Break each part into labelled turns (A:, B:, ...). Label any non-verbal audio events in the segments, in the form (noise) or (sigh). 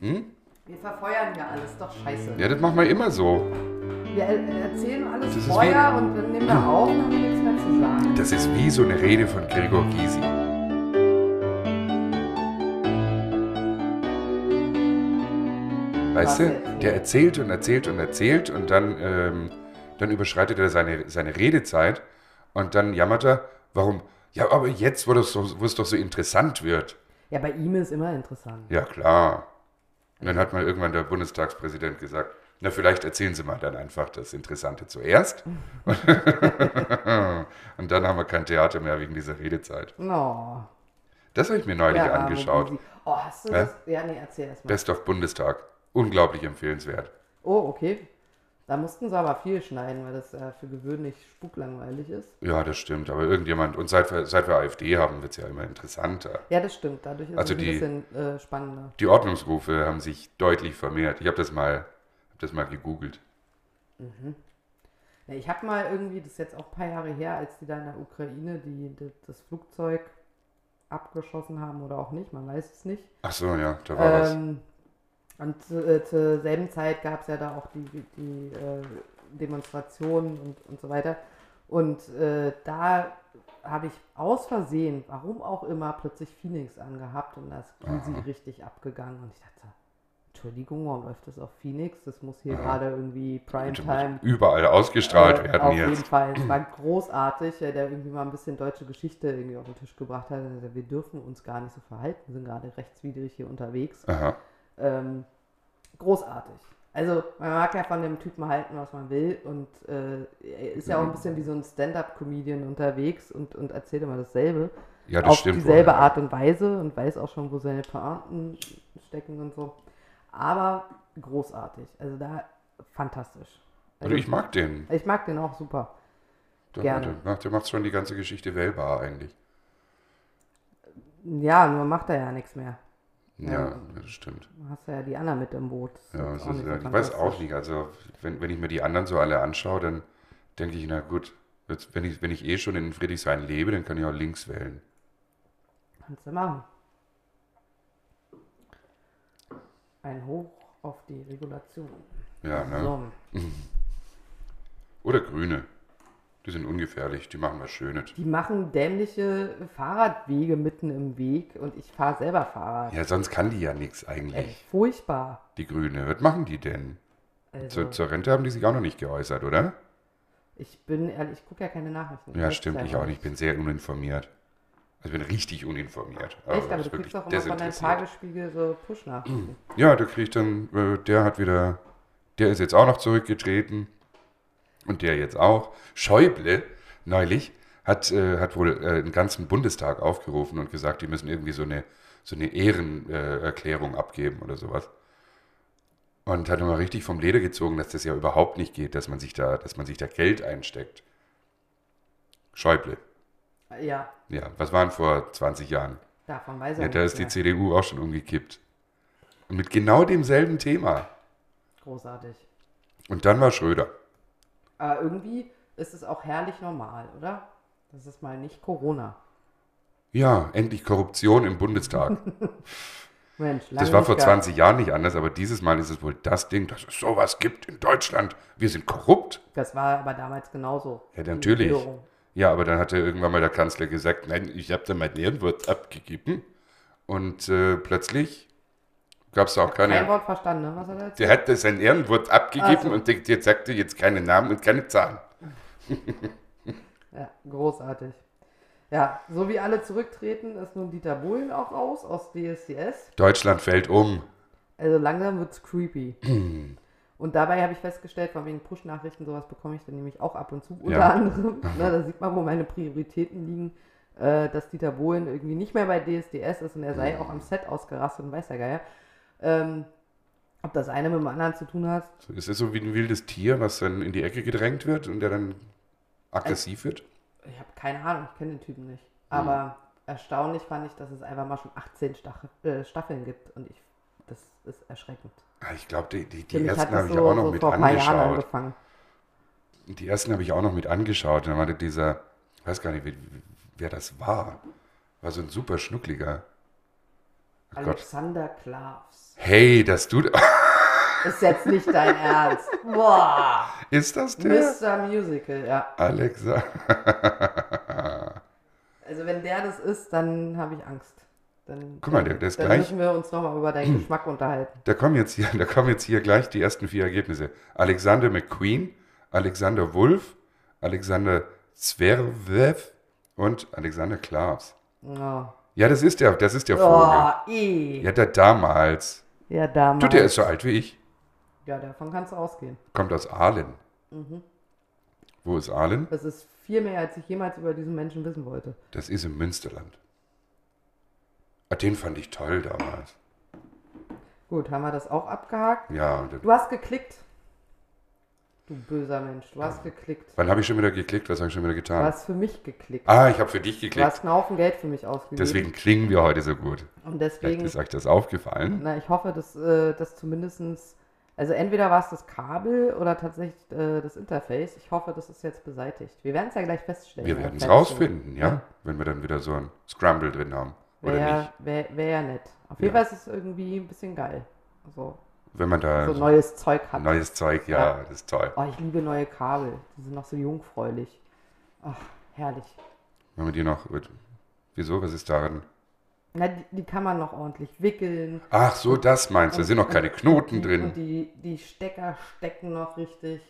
A: Wir verfeuern ja alles, doch scheiße.
B: Ja, das machen wir immer so.
A: Wir äh, erzählen alles
B: Das ist
A: vorher und dann nehmen wir auf und haben nichts mehr zu sagen.
B: Das ist wie so eine Rede von Gregor Gysi. Weißt du, der erzählt und erzählt und erzählt und dann, ähm, dann überschreitet er seine, seine Redezeit und dann jammert er, warum? Ja, aber jetzt, wo, das so, wo es doch so interessant wird.
A: Ja, bei ihm ist immer interessant.
B: Ja, klar. Und dann hat mal irgendwann der Bundestagspräsident gesagt, na, vielleicht erzählen Sie mal dann einfach das Interessante zuerst. (laughs) Und dann haben wir kein Theater mehr wegen dieser Redezeit.
A: No.
B: Das habe ich mir neulich angeschaut.
A: Oh, hast du
B: Hä?
A: das? Ja, nee, erzähl erst mal.
B: Best of Bundestag. Unglaublich empfehlenswert.
A: Oh, okay. Da mussten sie aber viel schneiden, weil das äh, für gewöhnlich spuklangweilig ist.
B: Ja, das stimmt. Aber irgendjemand, und seit wir, seit wir AfD haben, wird es ja immer interessanter.
A: Ja, das stimmt. Dadurch ist
B: Also
A: es ein
B: die-
A: bisschen äh, spannender.
B: Die Ordnungsrufe haben sich deutlich vermehrt. Ich habe das mal, hab das mal gegoogelt.
A: Mhm. Ja, ich habe mal irgendwie, das ist jetzt auch ein paar Jahre her, als die da in der Ukraine die, die, das Flugzeug abgeschossen haben oder auch nicht, man weiß es nicht.
B: Ach so, ja, da war was.
A: Ähm, und zu, äh, zur selben Zeit gab es ja da auch die, die äh, Demonstrationen und, und so weiter. Und äh, da habe ich aus Versehen, warum auch immer, plötzlich Phoenix angehabt und da ist Gysi richtig abgegangen. Und ich dachte, Entschuldigung, warum läuft das auf Phoenix? Das muss hier gerade irgendwie Primetime
B: Überall ausgestrahlt
A: äh,
B: werden
A: auf
B: jetzt.
A: jeden Fall. Es war großartig, weil der irgendwie mal ein bisschen deutsche Geschichte irgendwie auf den Tisch gebracht hat. Und gesagt, wir dürfen uns gar nicht so verhalten. Wir sind gerade rechtswidrig hier unterwegs.
B: Aha.
A: Ähm, großartig. Also man mag ja von dem Typen halten, was man will. Und äh, er ist
B: Mhm.
A: ja auch ein bisschen wie so ein Stand-up-Comedian unterwegs und, und erzählt immer dasselbe.
B: Ja, das
A: auf
B: stimmt.
A: dieselbe
B: wohl.
A: Art und Weise und weiß auch schon, wo seine Pointen stecken und so. Aber großartig. Also da fantastisch.
B: Also ich mag den.
A: Ich mag den auch super.
B: Der,
A: Gerne.
B: Der, macht, der macht schon die ganze Geschichte wählbar eigentlich.
A: Ja, nur macht er ja nichts mehr.
B: Ja,
A: Ja.
B: das stimmt.
A: Du hast ja die anderen mit im Boot. Das
B: Ja,
A: ist
B: es
A: auch
B: ist,
A: nicht so
B: ja, ich weiß auch
A: fantastisch.
B: nicht. Also, wenn, wenn ich mir die anderen so alle anschaue, dann denke ich, na gut, jetzt, wenn, ich, wenn ich eh schon in Friedrichshain lebe, dann kann ich auch links wählen.
A: Kannst du machen. Ein Hoch auf die Regulation.
B: Ja, ne?
A: So.
B: Oder Grüne. Die sind ungefährlich, die machen was Schönes.
A: Die machen dämliche Fahrradwege mitten im Weg und ich fahre selber Fahrrad.
B: Ja, sonst kann die ja nichts
A: Echt
B: eigentlich,
A: furchtbar.
B: die Grüne. Was machen die denn?
A: Also,
B: Zur, zur Rente haben die sich auch noch nicht geäußert, oder?
A: ich bin ehrlich, ich gucke ja keine Nachrichten.
B: Ja,
A: weiß
B: stimmt,
A: es
B: ich auch nicht. Ich bin sehr uninformiert. Also ich bin richtig uninformiert. Also
A: Echt, aber
B: das
A: du
B: ist
A: kriegst
B: wirklich
A: auch immer von deinem
B: desinteressiert.
A: Tagesspiegel so
B: (clears throat)
A: Push-Nachrichten.
B: Ja, da kriege ich dann, äh, der hat wieder, der ist jetzt auch noch zurückgetreten und der jetzt auch. Schäuble neulich hat, äh, hat wohl äh, den ganzen Bundestag aufgerufen und gesagt, die müssen irgendwie so eine, so eine Ehrenerklärung äh, Erklärung abgeben oder sowas. Und hat immer richtig vom Leder gezogen, dass das ja überhaupt nicht geht, dass man sich da, dass man sich da Geld einsteckt. Schäuble.
A: ja,
B: Ja, was waren vor 20 Jahren?
A: davon weiß ich
B: Ja,
A: nicht.
B: da ist die
A: mehr.
B: CDU auch schon umgekippt. Und mit genau demselben Thema.
A: Großartig.
B: Und dann war Schröder.
A: Aber irgendwie ist es auch herrlich normal, oder? Das ist mal nicht Corona.
B: Ja, endlich Korruption im Bundestag.
A: Mensch, lange
B: Das war
A: nicht
B: vor
A: gab.
B: 20 Jahren nicht anders, aber dieses Mal ist es wohl das Ding, dass es sowas gibt in Deutschland. Wir sind korrupt.
A: Das war aber damals genauso.
B: Ja,
A: Die
B: natürlich.
A: Regierung.
B: Ja, aber dann hatte irgendwann mal der Kanzler gesagt, nein, ich habe da mein Ehrenwort abgegeben. Und äh, plötzlich gab es da auch
A: Kein
B: keine.
A: Wort verstanden, ne? Was hat er jetzt?
B: Der hatte sein Ehrenwort abgegeben
A: Ach so.
B: und jetzt jetzt sagte jetzt keine Namen und keine Zahlen.
A: Ja, großartig. Ja, so wie alle zurücktreten, ist nun Dieter Bohlen auch raus aus DSDS.
B: Deutschland fällt um.
A: Also langsam wird's
B: (clears throat)
A: creepy. Und dabei habe ich festgestellt, von wegen Push-Nachrichten, sowas bekomme ich dann nämlich auch ab und zu. Unter
B: Ja. (laughs)
A: anderem, ne, da sieht man, wo meine Prioritäten liegen, äh, dass Dieter Bohlen irgendwie nicht mehr bei DSDS ist und er
B: Mhm.
A: sei auch am Set ausgerastet und weiß ja geil. Ähm, ob das eine mit dem anderen zu tun hat,
B: Es ist so wie ein wildes Tier, was dann in die Ecke gedrängt wird und der dann aggressiv wird.
A: ich habe keine Ahnung, ich kenne den Typen nicht.
B: Mhm.
A: Aber erstaunlich fand ich, dass es einfach mal schon 18 Stach äh, Staffeln gibt und ich, das ist erschreckend.
B: Ah, Ich glaube, die, die,
A: Für
B: die
A: mich hat
B: ersten
A: das
B: habe ich auch noch
A: so
B: mit
A: vor ein paar Jahren
B: angeschaut.
A: angefangen.
B: Die ersten habe ich auch noch mit angeschaut. Und dann war da dieser, ich weiß gar nicht, wer, wer das war. War so ein super Schnuckliger.
A: Alexander Klavs.
B: Hey, dass du.
A: Ist jetzt nicht dein Ernst. Boah.
B: (laughs) Ist das der?
A: Mr. Musical, ja.
B: Alexa.
A: Also wenn der das ist, dann habe ich Angst. Dann,
B: Guck mal, der- der ist
A: dann
B: gleich-
A: müssen wir uns nochmal über
B: (clears throat)
A: deinen Geschmack unterhalten.
B: Da kommen, jetzt hier, da kommen jetzt hier gleich die ersten vier Ergebnisse. Alexander McQueen, Alexander Wolf, Alexander Zverev und Alexander Klavs.
A: Oh,
B: Ja, das ist der, das ist der Vogel.
A: oh eh.
B: Ja, der damals.
A: Ja, damals.
B: Du, der ist so alt wie ich.
A: Ja, davon kannst du ausgehen.
B: Kommt aus Aalen.
A: Mhm.
B: Wo ist Aalen?
A: Das ist viel mehr, als ich jemals über diesen Menschen wissen wollte.
B: Das ist im Münsterland. Ah, Den fand ich toll damals.
A: Gut, haben wir das auch abgehakt?
B: Ja, und dann-
A: Du hast geklickt. Du böser Mensch, du hast geklickt.
B: wann habe ich schon wieder geklickt? Was habe ich schon wieder getan?
A: Du hast für mich geklickt.
B: Ah, ich habe für dich
A: Du
B: geklickt.
A: hast einen Haufen Geld für mich ausgegeben.
B: Deswegen klingen wir heute so gut.
A: Und
B: Vielleicht
A: deswegen,
B: ist euch das aufgefallen.
A: na, ich hoffe, dass, äh, dass zumindestens, also entweder war es das Kabel oder tatsächlich äh, das Interface. Ich hoffe, das ist jetzt beseitigt. Wir werden es ja gleich feststellen.
B: Wir
A: oder
B: werden es
A: feststellen.
B: rausfinden, ja? Wenn wir dann wieder so ein Scramble drin haben. Oder
A: Wäre
B: nicht.
A: ja- wär, wär ja nett. Auf jeden
B: Ja.
A: Fall ist es irgendwie ein bisschen geil. So,
B: Wenn man da
A: so
B: so
A: neues Zeug hat.
B: neues Zeug, ja, das ist toll.
A: Oh, ich liebe neue Kabel. Die sind noch so jungfräulich. Ach, herrlich.
B: Wenn man die noch. Wieso? Was ist daran?
A: Na, die, die kann man noch ordentlich wickeln.
B: Ach so, das meinst du. Da sind noch keine Knoten
A: Die- Und
B: drin.
A: die, die Stecker stecken noch richtig.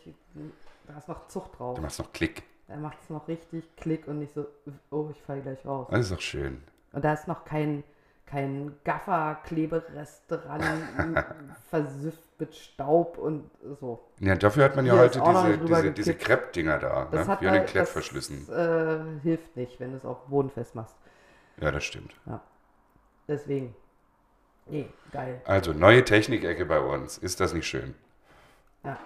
A: Da ist noch Zucht drauf.
B: Du machst noch Klick.
A: Da macht es noch richtig Klick und nicht so, oh, ich falle gleich raus.
B: Das ist doch schön.
A: Und da ist noch kein, kein Gaffer-Kleberest dran, versüfft mit Staub und so.
B: Ja, dafür hat man ja
A: Hier ist
B: heute
A: auch noch
B: diese,
A: nicht drüber
B: diese, diese
A: gekippt.
B: Kreppdinger da.
A: Das
B: Ne?
A: hat
B: Wie an
A: man-
B: den Klettverschlüssen.
A: Das äh, hilft nicht, wenn du es auf den Boden festmachst.
B: Ja, das stimmt.
A: Deswegen. Nee, geil.
B: Also, neue Technikecke bei uns. Ist das nicht schön?
A: Ja.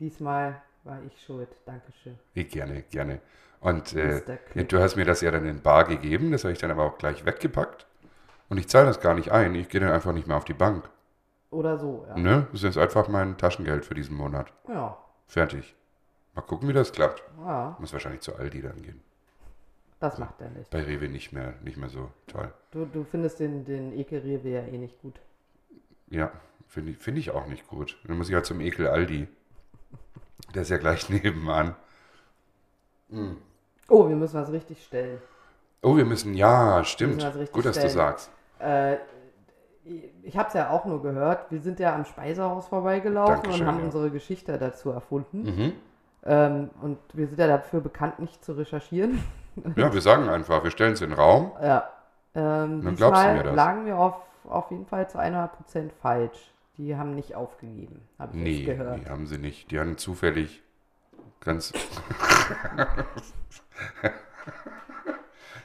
A: Diesmal war ich schuld. Dankeschön.
B: Ich gerne, gerne. Und äh,
A: Mr. Klick.
B: ja, du hast mir das ja dann in Bar gegeben, das habe ich dann aber auch gleich weggepackt. Und ich zahle das gar nicht ein, ich gehe dann einfach nicht mehr auf die Bank.
A: Oder so, ja.
B: Ne? Das ist jetzt einfach mein Taschengeld für diesen Monat.
A: Ja.
B: Fertig. Mal gucken, wie das klappt.
A: ja.
B: Muss wahrscheinlich zu Aldi dann gehen.
A: Das macht er nicht.
B: Bei Rewe nicht mehr, nicht mehr so toll.
A: Du, du findest den, den Ekelrewe ja eh nicht gut.
B: Ja, finde ich, find ich auch nicht gut. Dann muss ich halt zum Ekel Aldi. Der ist ja gleich (laughs) nebenan.
A: Oh, wir müssen was richtig stellen.
B: Oh, wir müssen, ja, stimmt.
A: Müssen wir das richtig
B: Gut, dass du
A: stellen.
B: sagst.
A: Äh, ich habe es ja auch nur gehört. Wir sind ja am Speisehaus vorbeigelaufen
B: Dankeschön,
A: und haben
B: ja.
A: unsere Geschichte dazu erfunden.
B: Mhm.
A: Ähm, und wir sind ja dafür bekannt, nicht zu recherchieren. (laughs)
B: Ja, wir sagen einfach, wir stellen es in den Raum.
A: Ja. Ähm,
B: Dann glaubst du mir
A: diesmal
B: das.
A: lagen wir auf, auf jeden Fall zu 100% falsch. Die haben nicht aufgegeben, habe ich
B: Nee,
A: jetzt gehört.
B: nee, haben sie nicht. Die haben zufällig ganz. (laughs)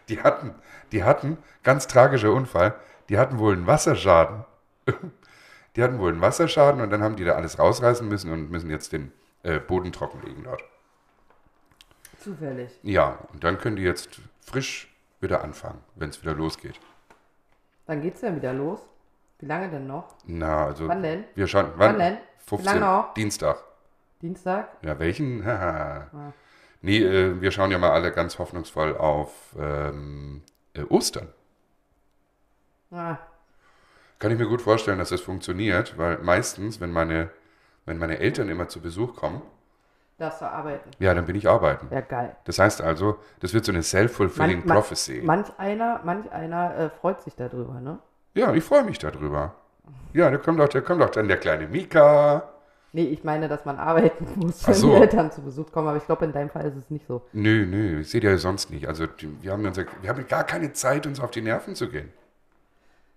B: die hatten, die hatten, ganz tragischer Unfall, die hatten wohl einen Wasserschaden. die hatten wohl einen Wasserschaden und dann haben die da alles rausreißen müssen und müssen jetzt den äh, Boden trockenlegen dort.
A: Zufällig.
B: Ja, und dann können die jetzt frisch wieder anfangen, wenn es wieder losgeht.
A: Dann geht's ja wieder los. Wie lange denn noch?
B: Na, also.
A: Wann denn?
B: Wir schauen.
A: Wann denn? Wie
B: 15.
A: lange noch?
B: Dienstag.
A: Dienstag?
B: Ja, welchen? (laughs)
A: Ah.
B: Haha. nee, äh, wir schauen ja mal alle ganz hoffnungsvoll auf ähm, äh, Ostern.
A: Ah,
B: Kann ich mir gut vorstellen, dass das funktioniert, weil meistens, wenn meine, wenn meine Eltern immer zu Besuch kommen,
A: darfst du arbeiten.
B: ja, dann bin ich arbeiten.
A: Ja, geil.
B: Das heißt also, das wird so eine self-fulfilling prophecy.
A: manch einer, manch einer äh, freut sich darüber, ne?
B: ja, ich freue mich darüber. Ja, da kommt auch, da kommt auch dann der kleine Mika.
A: Nee, ich meine, dass man arbeiten (laughs) muss, wenn
B: so.
A: die Eltern zu Besuch kommen. Aber ich glaube, in deinem Fall ist es nicht so.
B: Nö, nö, ich sehe ja sonst nicht. Also, die, wir, haben uns, ja- wir haben gar keine Zeit, uns auf die Nerven zu gehen.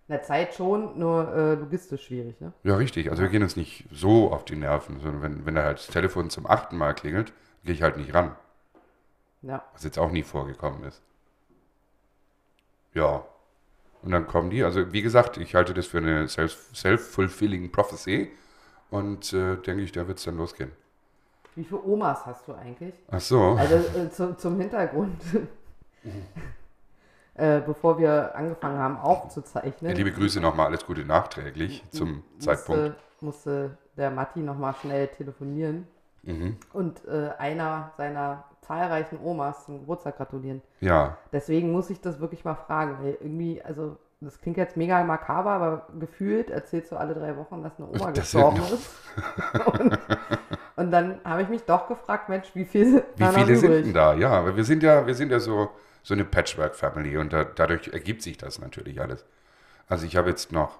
A: In der Zeit schon, nur äh, logistisch schwierig, ne?
B: Ja, richtig. Also wir gehen uns nicht so auf die Nerven, sondern wenn, wenn da halt das Telefon zum achten Mal klingelt, gehe ich halt nicht ran.
A: Ja.
B: Was jetzt auch nie vorgekommen ist. Ja. Und dann kommen die. Also wie gesagt, ich halte das für eine self- self-fulfilling prophecy. Und äh, denke ich, da wird es dann losgehen.
A: Wie viele Omas hast du eigentlich?
B: Ach so.
A: Also äh, zu, zum Hintergrund,
B: (laughs)
A: äh, bevor wir angefangen haben
B: Ja,
A: aufzuzeichnen,
B: liebe Grüße nochmal, alles Gute nachträglich zum Zeitpunkt.
A: musste, musste der Matti nochmal schnell telefonieren
B: Mhm.
A: und äh, einer seiner zahlreichen Omas zum Geburtstag gratulieren.
B: Ja,
A: Deswegen muss ich das wirklich mal fragen, weil irgendwie, also das klingt jetzt mega makaber, aber gefühlt erzählst du alle drei Wochen, dass eine Oma
B: Das
A: gestorben
B: wird-
A: ist. (laughs) Und, und dann habe ich mich doch gefragt, Mensch, wie viele sind
B: Wie
A: da noch
B: viele
A: übrig?
B: sind denn da? Ja, weil wir sind ja, wir sind ja so, so eine Patchwork-Family und da, dadurch ergibt sich das natürlich alles. Also ich habe jetzt noch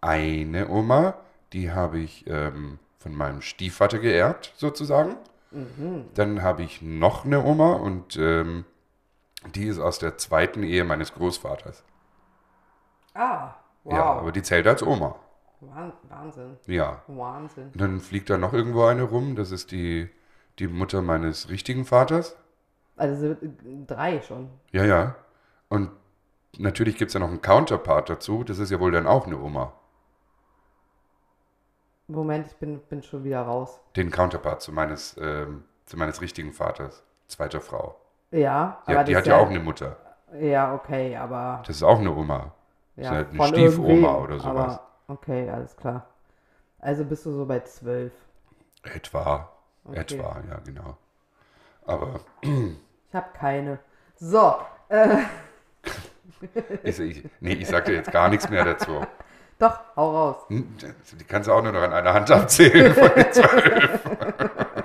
B: eine Oma, die habe ich ähm, von meinem Stiefvater geerbt, sozusagen.
A: Mhm.
B: Dann habe ich noch eine Oma und ähm, die ist aus der zweiten Ehe meines Großvaters.
A: Ah, wow.
B: Ja, aber die zählt als Oma.
A: Wahn- Wahnsinn.
B: Ja.
A: Wahnsinn.
B: Und dann fliegt da noch irgendwo eine rum, das ist die, die Mutter meines richtigen Vaters.
A: Also äh, drei schon.
B: Ja, ja. Und natürlich gibt es ja noch einen Counterpart dazu. Das ist ja wohl dann auch eine Oma.
A: Moment, ich bin, bin schon wieder raus.
B: Den Counterpart zu meines, ähm, zu meines richtigen Vaters, zweiter Frau.
A: Ja,
B: Ja, die
A: das ist
B: hat ja auch eine Mutter.
A: Ja, okay, aber.
B: Das ist auch eine Oma.
A: Ja,
B: Das ist halt eine
A: von
B: Stiefoma
A: irgendwem,
B: oder sowas.
A: aber- Okay, alles klar. Also bist du so bei zwölf.
B: Etwa.
A: Okay.
B: Etwa, ja, genau. Aber
A: Ich habe keine. So, äh,
B: ich, ich, nee, ich sag dir jetzt gar nichts mehr dazu.
A: doch, hau raus.
B: Hm, Die kannst du auch nur noch an einer Hand abzählen.
A: (laughs)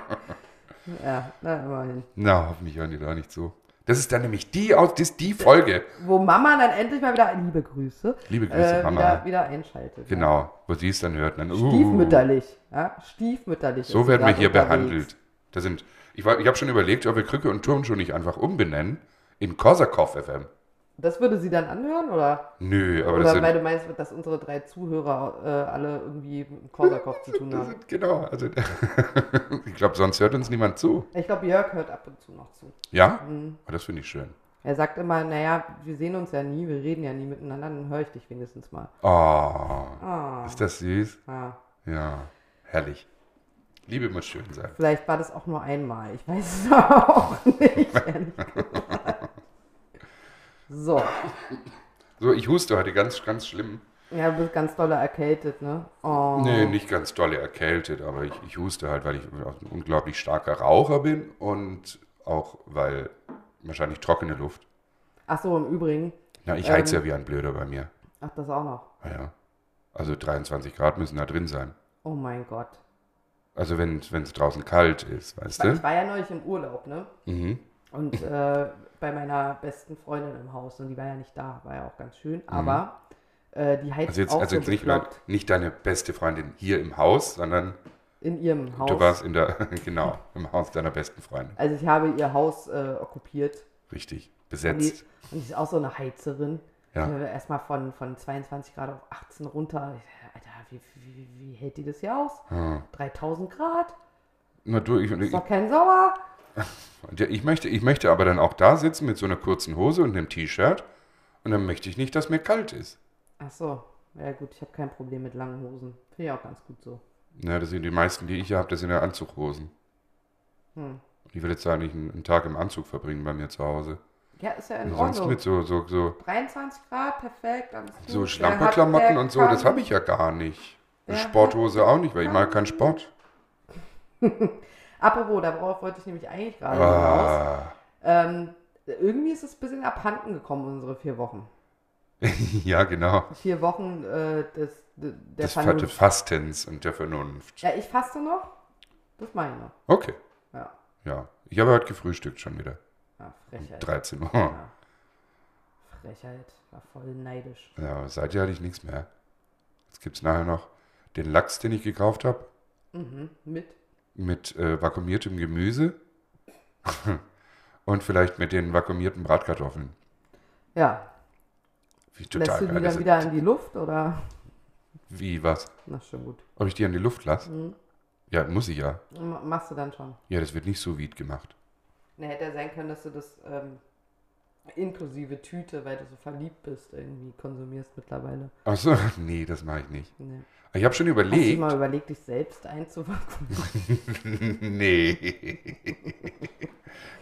A: Ja, na, immerhin.
B: Na, hoffentlich hören die da nicht zu. Das ist dann nämlich die, aus- das ist die Folge.
A: Wo Mama dann endlich mal wieder, liebe Grüße,
B: Liebe Grüße,
A: äh,
B: Mama.
A: Wieder, wieder einschaltet.
B: Genau, wo sie es dann hört. Dann,
A: Ja.
B: uh,
A: Stiefmütterlich. Ja, stiefmütterlich. ist
B: So
A: sie
B: werden wir
A: gerade
B: hier
A: unterwegs.
B: behandelt. Das sind, ich war- ich habe schon überlegt, ob wir Krücke und Turnschuh nicht einfach umbenennen in Korsakow FM.
A: Das würde sie dann anhören, oder?
B: Nö, aber das
A: Oder weil
B: sind,
A: du meinst, dass unsere drei Zuhörer äh, alle irgendwie mit dem Korsakow zu tun
B: das (laughs)
A: haben.
B: sind genau. Also, ich glaube, sonst hört uns niemand zu.
A: Ich glaube, Jörg hört ab und zu noch zu.
B: Ja?
A: Mhm.
B: Aber das finde ich schön.
A: Er sagt immer, naja, wir sehen uns ja nie, wir reden ja nie miteinander, dann höre ich dich wenigstens mal.
B: Oh,
A: Ah,
B: ist das süß?
A: ja.
B: Ja, herrlich. Liebe muss schön sein.
A: Vielleicht war das auch nur einmal. Ich weiß es (laughs) aber auch nicht. ehrlich gesagt. so.
B: So, ich huste heute ganz, ganz schlimm.
A: Ja, du bist ganz doll erkältet, ne? Oh.
B: Nee, nicht ganz doll erkältet, aber ich, ich huste halt, weil ich ein unglaublich starker Raucher bin und auch, weil wahrscheinlich trockene Luft.
A: Ach so, im Übrigen.
B: Na, ich heiz ja
A: Ähm.
B: wie ein Blöder bei mir.
A: Ach, das auch noch.
B: Naja. Also 23 Grad müssen da drin sein.
A: Oh mein Gott.
B: Also wenn es draußen kalt ist, weißt
A: Weil
B: du?
A: Ich war ja neulich im Urlaub, ne?
B: Mhm.
A: Und äh, bei meiner besten Freundin im Haus. Und die war ja nicht da, war ja auch ganz schön. Aber äh, die heizt
B: Mhm. Also jetzt,
A: auch
B: also
A: so
B: jetzt nicht, mal,
A: bekloppt
B: nicht deine beste Freundin hier im Haus, sondern
A: in ihrem Haus.
B: du warst in der, (laughs) genau, im Haus deiner besten Freundin.
A: Also ich habe ihr Haus äh, okkupiert.
B: Richtig.
A: Und die,
B: Besetzt.
A: und die ist auch so eine Heizerin.
B: Ja.
A: Ja. Erstmal von, von 22 Grad auf 18 runter. Ich dachte, Alter, wie, wie, wie hält die das hier aus?
B: Hm.
A: 3000 Grad?
B: Na du, ich,
A: Ist
B: ich,
A: doch kein Sauer.
B: Ja, ich, möchte, ich möchte aber dann auch da sitzen mit so einer kurzen Hose und einem T-Shirt und dann möchte ich nicht, dass mir kalt ist.
A: Ach so. Ja gut, ich habe kein Problem mit langen Hosen. Finde ich auch ganz gut so.
B: Na, das sind die meisten, die ich hier habe, das sind ja Anzughosen.
A: Hm.
B: Und Ich will jetzt da nicht einen, einen Tag im Anzug verbringen bei mir zu Hause.
A: Ja, ist ja in
B: Sonst
A: Ordnung.
B: mit so, so, so,
A: 23 Grad, perfekt. Alles
B: so
A: gut.
B: Schlamperklamotten und so, das habe
A: ich.
B: ich ja gar nicht.
A: Wer hat
B: Sporthose auch nicht, weil ich mag keinen Sport.
A: Apropos, darauf wollte ich nämlich eigentlich gerade hinaus.
B: Ah.
A: Ähm, irgendwie ist es ein bisschen abhanden gekommen, unsere vier Wochen.
B: (laughs) ja, genau.
A: Vier Wochen äh, des, de, der
B: Das
A: Vernunft.
B: hatte Fastens und der Vernunft.
A: Ja, ich faste noch. Das mache ich noch.
B: Okay,
A: Ja,
B: ja. Ich habe heute gefrühstückt schon wieder.
A: ja Frechheit.
B: 13 Uhr.
A: Ja. Frechheit. War voll neidisch.
B: Ja, seitdem hatte ich nichts mehr. Jetzt gibt es nachher noch den Lachs, den ich gekauft habe,
A: Mhm. Mit.
B: mit äh, vakuumiertem Gemüse (laughs) und vielleicht mit den vakuumierten Bratkartoffeln.
A: Ja.
B: Wie
A: Lässt
B: total
A: du die
B: geil.
A: dann
B: ist.
A: wieder in die Luft oder?
B: Wie, was?
A: Na schon gut.
B: Ob ich die an die Luft lasse?
A: Mhm.
B: Ja, muss ich ja.
A: Ma- Machst du dann schon.
B: Ja, das wird nicht so weit gemacht.
A: Ne, hätte ja sein können, dass du das ähm, inklusive Tüte, weil du so verliebt bist, irgendwie konsumierst mittlerweile.
B: Achso, (laughs) nee, das mache ich nicht.
A: Nee.
B: Ich habe schon
A: Hast du
B: überlegt.
A: mal überlegt, dich selbst einzuwirken?
B: (laughs) nee. (laughs)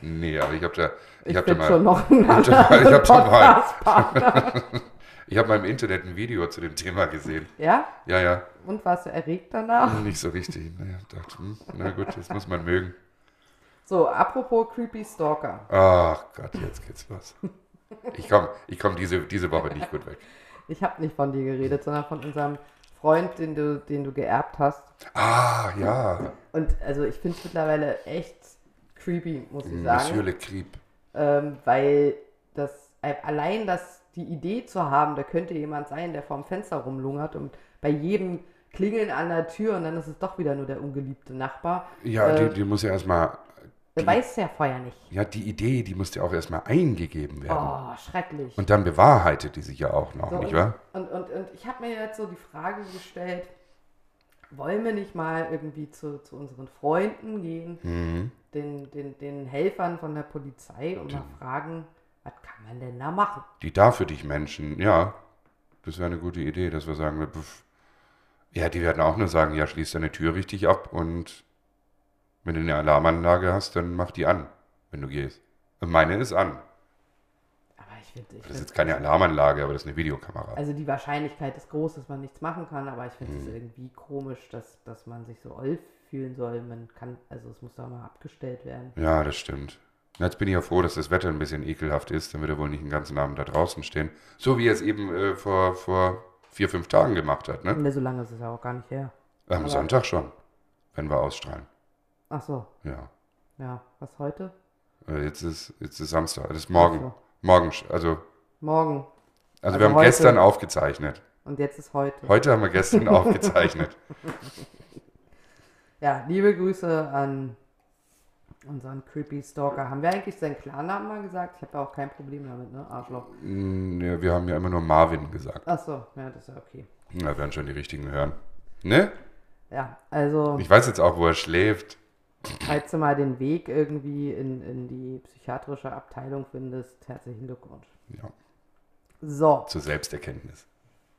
B: nee, aber ich habe da. Ich,
A: Ich
B: hab da
A: bin
B: mal.
A: schon noch ein
B: hab da mal- ich
A: anderer
B: hab da mal-
A: Podcast-Partner.
B: (laughs) Ich habe mal im Internet ein Video zu dem Thema gesehen.
A: Ja?
B: Ja, ja.
A: Und warst du erregt danach?
B: Nicht so richtig. Naja, dachte, hm, na gut, das muss man mögen.
A: So, apropos Creepy Stalker.
B: Ach Gott, jetzt geht's los. Ich komme ich komm diese, diese Woche nicht gut weg.
A: Ich habe nicht von dir geredet, sondern von unserem Freund, den du, den du geerbt hast.
B: Ah, ja.
A: (laughs) Und also ich finde es mittlerweile echt creepy, muss ich
B: Hm, Monsieur
A: sagen.
B: Le Criep.
A: Ähm, weil das äh, allein das die Idee zu haben, da könnte jemand sein, der vorm Fenster rumlungert und bei jedem Klingeln an der Tür und dann ist es doch wieder nur der ungeliebte Nachbar.
B: Ja,
A: Äh,
B: die, die muss ja erstmal.
A: Der weiß ja vorher nicht.
B: Ja, die Idee, die muss ja auch erstmal eingegeben werden.
A: Oh, schrecklich.
B: Und dann bewahrheitet die sich ja auch noch,
A: So,
B: nicht
A: und,
B: wahr?
A: Und, und, und ich habe mir jetzt so die Frage gestellt, wollen wir nicht mal irgendwie zu, zu unseren Freunden gehen,
B: Mhm.
A: den, den, den Helfern von der Polizei und mal fragen, was kann man denn da machen?
B: Die da für dich Menschen, ja. Das wäre eine gute Idee, dass wir sagen, pff. ja, die werden auch nur sagen, ja, schließ deine Tür richtig ab und wenn du eine Alarmanlage hast, dann mach die an, wenn du gehst. Und meine ist an.
A: Aber ich finde, ich
B: Das ist
A: find,
B: jetzt keine Alarmanlage, aber das ist eine Videokamera.
A: also die Wahrscheinlichkeit ist groß, dass man nichts machen kann, aber ich finde
B: Mhm.
A: es irgendwie komisch, dass, dass man sich so oll fühlen soll. Man kann, also es muss da mal abgestellt werden.
B: Ja, das stimmt. Na, Jetzt bin ich ja froh, dass das Wetter ein bisschen ekelhaft ist, dann wird er wohl nicht den ganzen Abend da draußen stehen. So wie er es eben äh, vor, vor vier, fünf Tagen gemacht hat, ne?
A: Ne, so lange ist es ja auch gar nicht her.
B: Am Sonntag schon, wenn wir ausstrahlen.
A: Ach so,
B: Ja.
A: ja, was heute?
B: Äh, Jetzt ist, jetzt ist Samstag, das ist morgen.
A: Ach so.
B: Morgen, sch- also,
A: Morgen.
B: also,
A: Also
B: wir haben
A: heute-
B: gestern aufgezeichnet.
A: Und jetzt ist heute.
B: Heute haben
A: (laughs)
B: wir gestern aufgezeichnet.
A: Ja, liebe Grüße an unseren Creepy Stalker. Haben wir eigentlich seinen Klarnamen mal gesagt? Ich habe ja auch kein Problem damit, ne? Arschloch.
B: Mm, ja, wir haben ja immer nur Marvin gesagt.
A: Achso, ja, das ist ja okay.
B: Na, werden schon die richtigen hören. Ne?
A: Ja, also,
B: Ich weiß jetzt auch, wo er schläft.
A: falls du mal den Weg irgendwie in, in die psychiatrische Abteilung findest, herzlichen Glückwunsch.
B: Ja,
A: So,
B: zur Selbsterkenntnis.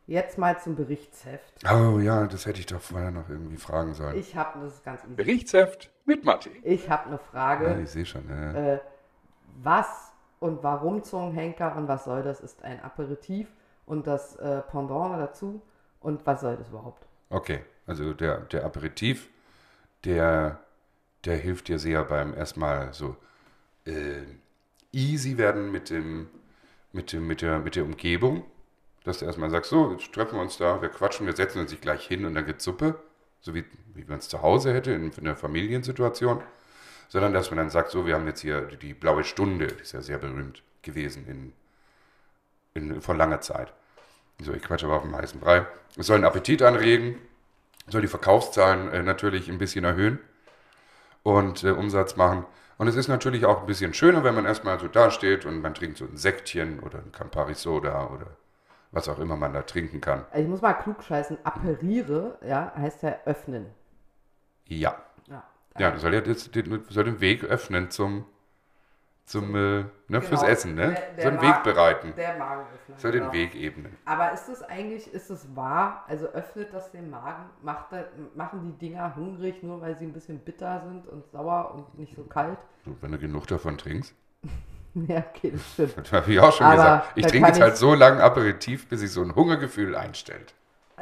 A: jetzt mal zum Berichtsheft.
B: Oh ja, das hätte ich doch vorher noch irgendwie fragen sollen.
A: Ich habe, das ist ganz easy.
B: Berichtsheft mit Matti.
A: Ich habe eine
B: Ja,
A: Frage.
B: Ah, ich sehe schon. Ja.
A: Äh, was und warum zum Henker und was soll das? Ist ein Aperitif und das äh, Pendant dazu und was soll das überhaupt?
B: Okay, also der, der Aperitif, der, der hilft dir sehr beim erstmal so äh, easy werden mit, dem, mit, dem, mit, der, mit der Umgebung. Dass du erstmal sagst, so, jetzt treffen wir uns da, wir quatschen, wir setzen uns nicht gleich hin und dann gibt Suppe. So wie, wie man es zu Hause hätte, in, in einer Familiensituation. Sondern dass man dann sagt, so, wir haben jetzt hier die, die blaue Stunde, die ist ja sehr berühmt gewesen in, in, vor langer Zeit. So, ich quatsche aber auf dem heißen Brei. Es soll den Appetit anregen, soll die Verkaufszahlen äh, natürlich ein bisschen erhöhen und äh, Umsatz machen. Und es ist natürlich auch ein bisschen schöner, wenn man erstmal so dasteht und man trinkt so ein Sektchen oder ein Campari Soda oder was auch immer man da trinken kann.
A: Also ich muss mal klug scheißen, apperiere, ja, heißt ja öffnen.
B: Ja,
A: Ja,
B: ja, das soll ja das, den, soll den Weg öffnen zum, zum äh, ne, fürs Essen, ne?
A: Genau. Der- der
B: so einen Weg
A: Magen-
B: bereiten.
A: Der Magenöffner.
B: Soll den
A: genau.
B: Weg ebnen.
A: Aber ist es eigentlich, ist es wahr? Also öffnet das den Magen? Macht da, machen die Dinger hungrig, nur weil sie ein bisschen bitter sind und sauer und nicht so kalt? (laughs)
B: So, wenn du genug davon trinkst. (laughs)
A: Ja, okay, das stimmt.
B: Das habe ich auch schon
A: Aber
B: gesagt. Ich
A: da
B: trinke
A: kann
B: jetzt halt
A: ich-
B: so lange Aperitif, bis sich so ein Hungergefühl einstellt.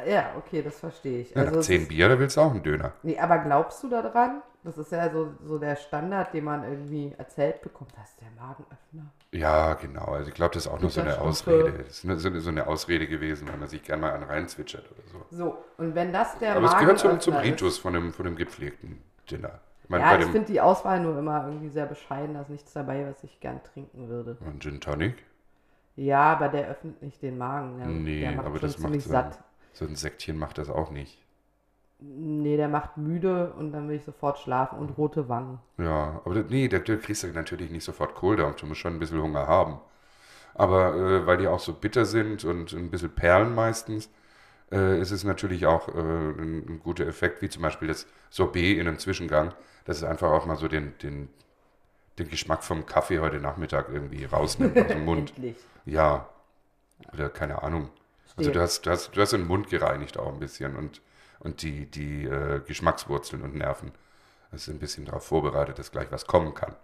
A: Ja, okay, das verstehe ich. Also
B: Ja, nach
A: es
B: zehn
A: ist-
B: Bier, da willst du auch einen Döner.
A: Nee, aber glaubst du daran? Das ist ja so, so der Standard, den man irgendwie erzählt bekommt. Das ist der Magenöffner.
B: Ja, genau. Also ich glaube, das ist auch nur so eine
A: Butterstufe.
B: Ausrede. Das ist nur so eine, so eine Ausrede gewesen, wenn man sich gerne mal einen reinzwitschert oder so.
A: So, und wenn das der
B: Aber es gehört zum,
A: Magenöffner
B: zum
A: ist-
B: Ritus von einem, von einem gepflegten Dinner. Ich meine,
A: Ja,
B: bei
A: ich
B: dem
A: finde die Auswahl nur immer irgendwie sehr bescheiden. Da ist nichts dabei, was ich gern trinken würde.
B: ein Gin Tonic?
A: Ja, aber der öffnet nicht den Magen. Der,
B: Nee,
A: der macht
B: aber
A: schon
B: das macht
A: ziemlich
B: so ein,
A: satt.
B: so ein Sektchen macht das auch nicht.
A: Nee, der macht müde und dann will ich sofort schlafen und rote
B: (laughs)
A: Wangen.
B: Ja, aber das- nee, da, da kriegst du natürlich nicht sofort Kohldampf, du musst schon ein bisschen Hunger haben. Aber äh, weil die auch so bitter sind und ein bisschen Perlen meistens, äh, ist es natürlich auch äh, ein, ein guter Effekt, wie zum Beispiel das Sorbet in einem Zwischengang, dass es einfach auch mal so den, den, den Geschmack vom Kaffee heute Nachmittag irgendwie rausnimmt aus dem
A: (laughs)
B: Mund.
A: Endlich.
B: Ja, oder keine Ahnung.
A: Verstehe.
B: Also du hast, du hast, du hast den Mund gereinigt auch ein bisschen und, und die, die äh, Geschmackswurzeln und Nerven. Das ist ein bisschen darauf vorbereitet, dass gleich was kommen kann.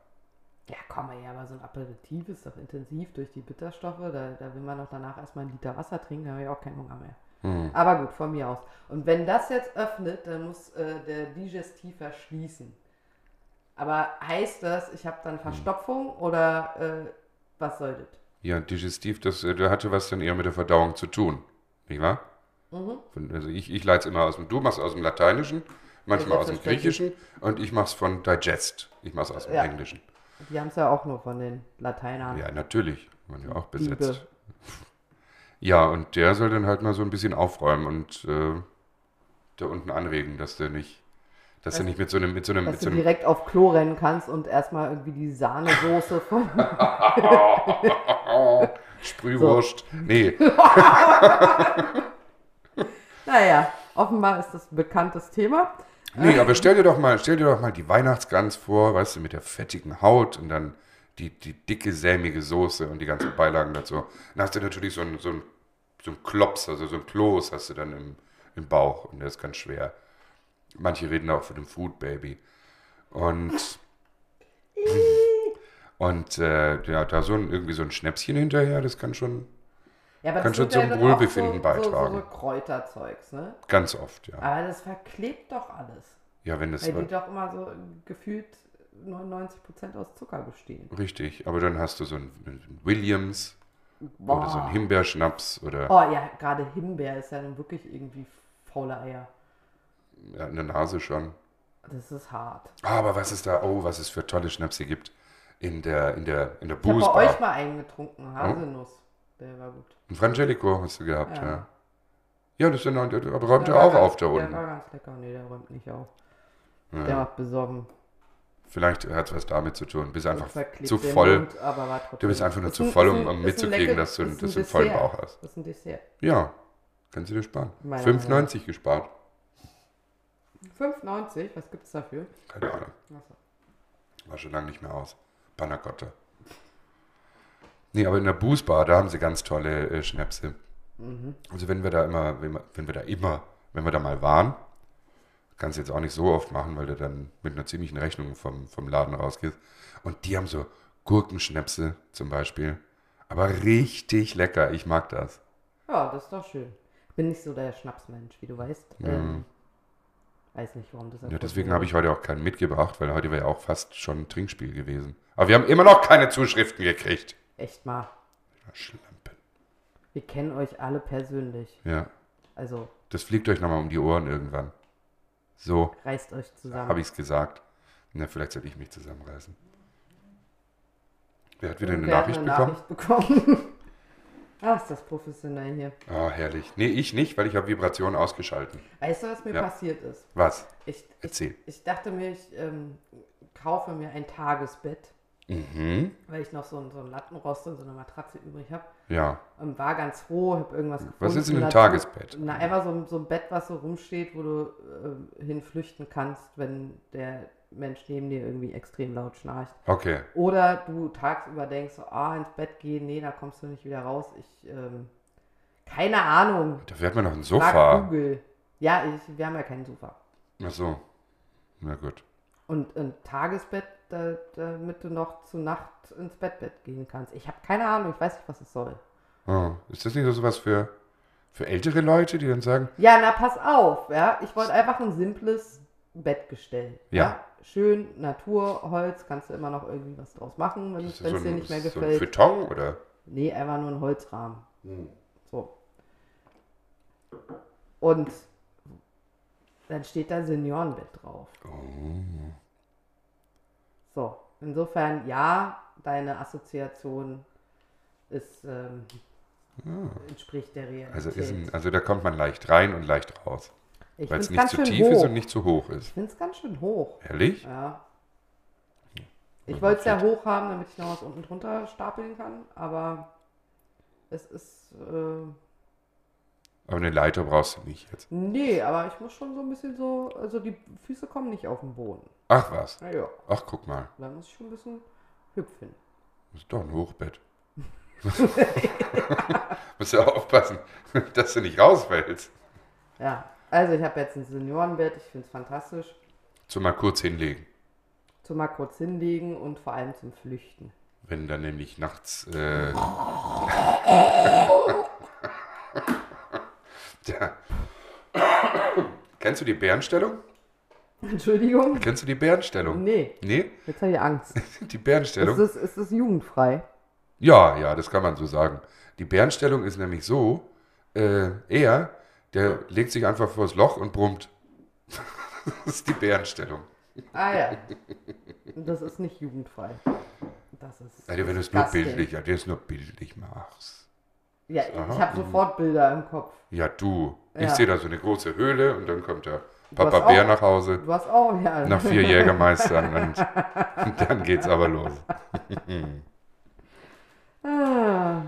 A: Ja, komm ey, aber so ein Aperitif ist doch intensiv durch die Bitterstoffe. Da, da will man doch danach erstmal einen Liter Wasser trinken, da habe ich auch keinen Hunger mehr. Aber gut, von mir aus. Und wenn das jetzt öffnet, dann muss äh, der Digestiv schließen. Aber heißt das, ich habe dann
B: Hm.
A: Verstopfung oder äh, was soll das?
B: Ja, Digestiv, das äh, hatte was dann eher mit der Verdauung zu tun. Nicht wahr? Von, also ich, ich leite es immer aus dem, du machst es aus dem Lateinischen, manchmal aus dem Griechischen und ich mache es von Digest. Ich mache es aus dem
A: Ja.
B: Englischen.
A: Die haben es ja auch nur von den Lateinern.
B: Ja, natürlich. Man ja auch
A: Diebe.
B: besetzt. Ja, und der soll dann halt mal so ein bisschen aufräumen und äh, da unten anregen, dass der nicht, dass der nicht mit so einem, mit so einem,
A: Also Dass
B: mit so
A: du
B: einem
A: direkt auf Klo rennen kannst und erstmal irgendwie die Sahnesoße (laughs) von.
B: Sprühwurst. Nee,
A: naja, offenbar ist das ein bekanntes Thema.
B: nee, aber stell dir doch mal, stell dir doch mal die Weihnachtsgans vor, weißt du, mit der fettigen Haut und dann die, die dicke, sämige Soße und die ganzen Beilagen dazu. Dann hast du natürlich so einen, so einen, so einen Klops, also so einen Kloß hast du dann im, im Bauch und der ist ganz schwer. Manche reden auch von dem Food Baby. Und. hm. Und äh, ja, da so ein, irgendwie so ein Schnäpschen hinterher, das kann schon
A: Ja, aber
B: Kann schon
A: sind ja
B: zum
A: dann auch
B: Wohlbefinden
A: so,
B: beitragen.
A: So, so, so Kräuterzeugs, ne?
B: ganz oft, ja.
A: Aber das verklebt doch alles.
B: Ja, wenn das
A: Weil die doch immer so gefühlt 99% aus Zucker bestehen.
B: richtig, aber dann hast du so einen Williams oder so einen Himbeerschnaps oder
A: Oh ja, gerade Himbeer ist ja nun wirklich irgendwie faule Eier.
B: ja, eine Nase schon.
A: Das ist hart.
B: Aber was es da, oh, was es für tolle Schnäpse gibt in der in der in der
A: Ich habe bei euch
B: Boozbar.
A: mal einen getrunken, Haselnuss. Der war gut.
B: Ein Frangelico hast du gehabt,
A: Ja.
B: ja. Ja, das ist ja noch, der räumt
A: Der
B: ja
A: war
B: auch
A: ganz-
B: auf da
A: Der war
B: unten.
A: ganz lecker. Nee, der räumt nicht auf. Der
B: Ja.
A: macht besorgen.
B: Vielleicht hat es was damit zu tun. Bist einfach
A: Verklebt
B: zu
A: den
B: voll.
A: Mund, aber war trotzdem
B: Du bist einfach nur
A: Ist
B: zu
A: ein-
B: voll,
A: ist
B: um,
A: ein-
B: um
A: ist ein
B: mitzukriegen,
A: lecker-
B: dass du,
A: ist
B: einen-
A: ein
B: dass du einen vollen
A: Dessert.
B: Bauch hast.
A: Das ist ein Dessert.
B: Ja, kannst du dir sparen.
A: Meiner
B: 5,90 gespart.
A: 5,90, was gibt's dafür?
B: Keine Ahnung.
A: Achso.
B: War schon lange nicht mehr aus. Panna Cotta. Nee, aber in der Bußbar, da haben sie ganz tolle äh, Schnäpse.
A: Mhm.
B: Also wenn wir da immer, wenn wir- wenn wir da immer, wenn wir da mal waren, kannst du jetzt auch nicht so oft machen, weil du dann mit einer ziemlichen Rechnung vom, vom Laden rausgehst. Und die haben so Gurkenschnäpse zum Beispiel. Aber richtig lecker, ich mag das.
A: Ja, das ist doch schön. Bin nicht so der Schnapsmensch, wie du weißt. Ähm, weiß nicht, warum das
B: Ja, deswegen habe ich heute auch keinen mitgebracht, weil heute wäre ja auch fast schon ein Trinkspiel gewesen. Aber wir haben immer noch keine Zuschriften gekriegt.
A: Echt mal.
B: Ja, Schlampen.
A: Wir kennen euch alle persönlich.
B: Ja.
A: Also
B: Das fliegt euch nochmal um die Ohren irgendwann. So
A: reißt euch zusammen.
B: habe ich es gesagt. Na, vielleicht sollte ich mich zusammenreißen. Wer hat wieder eine
A: Wer hat
B: Nachricht bekommen?
A: Nachricht bekommen. (laughs) ah, ist das professionell hier.
B: Ah, herrlich. Nee, ich nicht, weil ich habe Vibrationen ausgeschalten.
A: Weißt du, was mir
B: Ja.
A: passiert ist?
B: Was?
A: Ich, ich,
B: Erzähl.
A: ich dachte mir, ich ähm, kaufe mir ein Tagesbett,
B: Mhm.
A: weil ich noch so, ein- so einen Lattenrost und so eine Matratze übrig habe.
B: Ja.
A: Ähm, war ganz froh, habe irgendwas gefunden.
B: Was ist in einem
A: dazu.
B: Tagesbett?
A: Na, einfach so, ein- so ein Bett, was so rumsteht, wo du ähm, hinflüchten kannst, wenn der Mensch neben dir irgendwie extrem laut schnarcht.
B: Okay.
A: Oder du tagsüber denkst, so, ah, ins Bett gehen, nee, da kommst du nicht wieder raus. Ich, ähm, keine Ahnung.
B: Da fährt man noch ein
A: Frag
B: Sofa.
A: Google. Ja, ich, wir haben ja keinen Sofa.
B: Ach so. Na gut.
A: Und ein Tagesbett, da, damit du noch zu Nacht ins Bettbett gehen kannst. Ich habe keine Ahnung, ich weiß nicht, was es soll.
B: Oh. Ist das nicht so was für, für ältere Leute, die dann sagen,
A: Ja, na pass auf, ja. Ich wollte einfach ein simples Bettgestell.
B: Ja.
A: Schön, Natur, Holz, kannst du immer noch irgendwie was draus machen, Also wenn
B: das
A: es
B: ist so
A: dir
B: ein,
A: nicht mehr
B: so
A: gefällt. Hm.
B: ein Futon oder?
A: Nee, einfach nur ein Holzrahmen. So. Und dann steht da Seniorenbett drauf.
B: Oh.
A: So, insofern ja, deine Assoziation ist, ähm, entspricht der Realität.
B: Ah. Also, ist ein, also da kommt man leicht rein und leicht raus.
A: ich
B: Weil
A: find's
B: es nicht
A: ganz
B: zu
A: schön
B: tief
A: hoch.
B: ist und nicht zu hoch ist.
A: Ich finde es ganz schön hoch.
B: Ehrlich?
A: Ja. Ich
B: Ja,
A: wollte es ja
B: gut.
A: hoch haben, damit ich noch was unten drunter stapeln kann, aber es ist. Äh,
B: Aber eine Leiter brauchst du nicht jetzt.
A: nee, aber ich muss schon so ein bisschen so. Also die Füße kommen nicht auf den Boden.
B: Ach was.
A: Naja,
B: Ach, guck mal.
A: da muss ich schon ein bisschen hüpfen.
B: Das ist doch ein Hochbett. (laughs) Musst ja aufpassen, dass du nicht rausfällst.
A: Ja, also ich habe jetzt ein Seniorenbett, ich finde es fantastisch.
B: Zum mal kurz hinlegen.
A: Zum mal kurz hinlegen und vor allem zum Flüchten. (laughs)
B: Wenn dann nämlich nachts. Äh, (laughs) ja. Kennst du die Bärenstellung?
A: Entschuldigung?
B: Kennst du die Bärenstellung?
A: Nee,
B: Nee?
A: jetzt habe ich Angst.
B: Die
A: Ist
B: Bärenstellung?
A: es, ist es jugendfrei?
B: Ja, ja, das kann man so sagen. Die Bärenstellung ist nämlich so, Äh, er, der legt sich einfach vors Loch und brummt. (laughs) das ist die Bärenstellung.
A: Ah ja. Und Das ist nicht jugendfrei. Das ist.
B: Also wenn du es nur
A: disgusting.
B: bildlich, ja, wenn du es nur bildlich machst.
A: Ja,
B: Aha.
A: ich habe sofort Bilder im Kopf.
B: Ja, du. Ich
A: Ja.
B: sehe da so eine große Höhle und dann kommt der
A: hast
B: Papa
A: auch-
B: Bär nach Hause,
A: Du hast auch, ja. (laughs)
B: nach vier Jägermeistern und, und (laughs) dann geht's aber los.
A: Ah.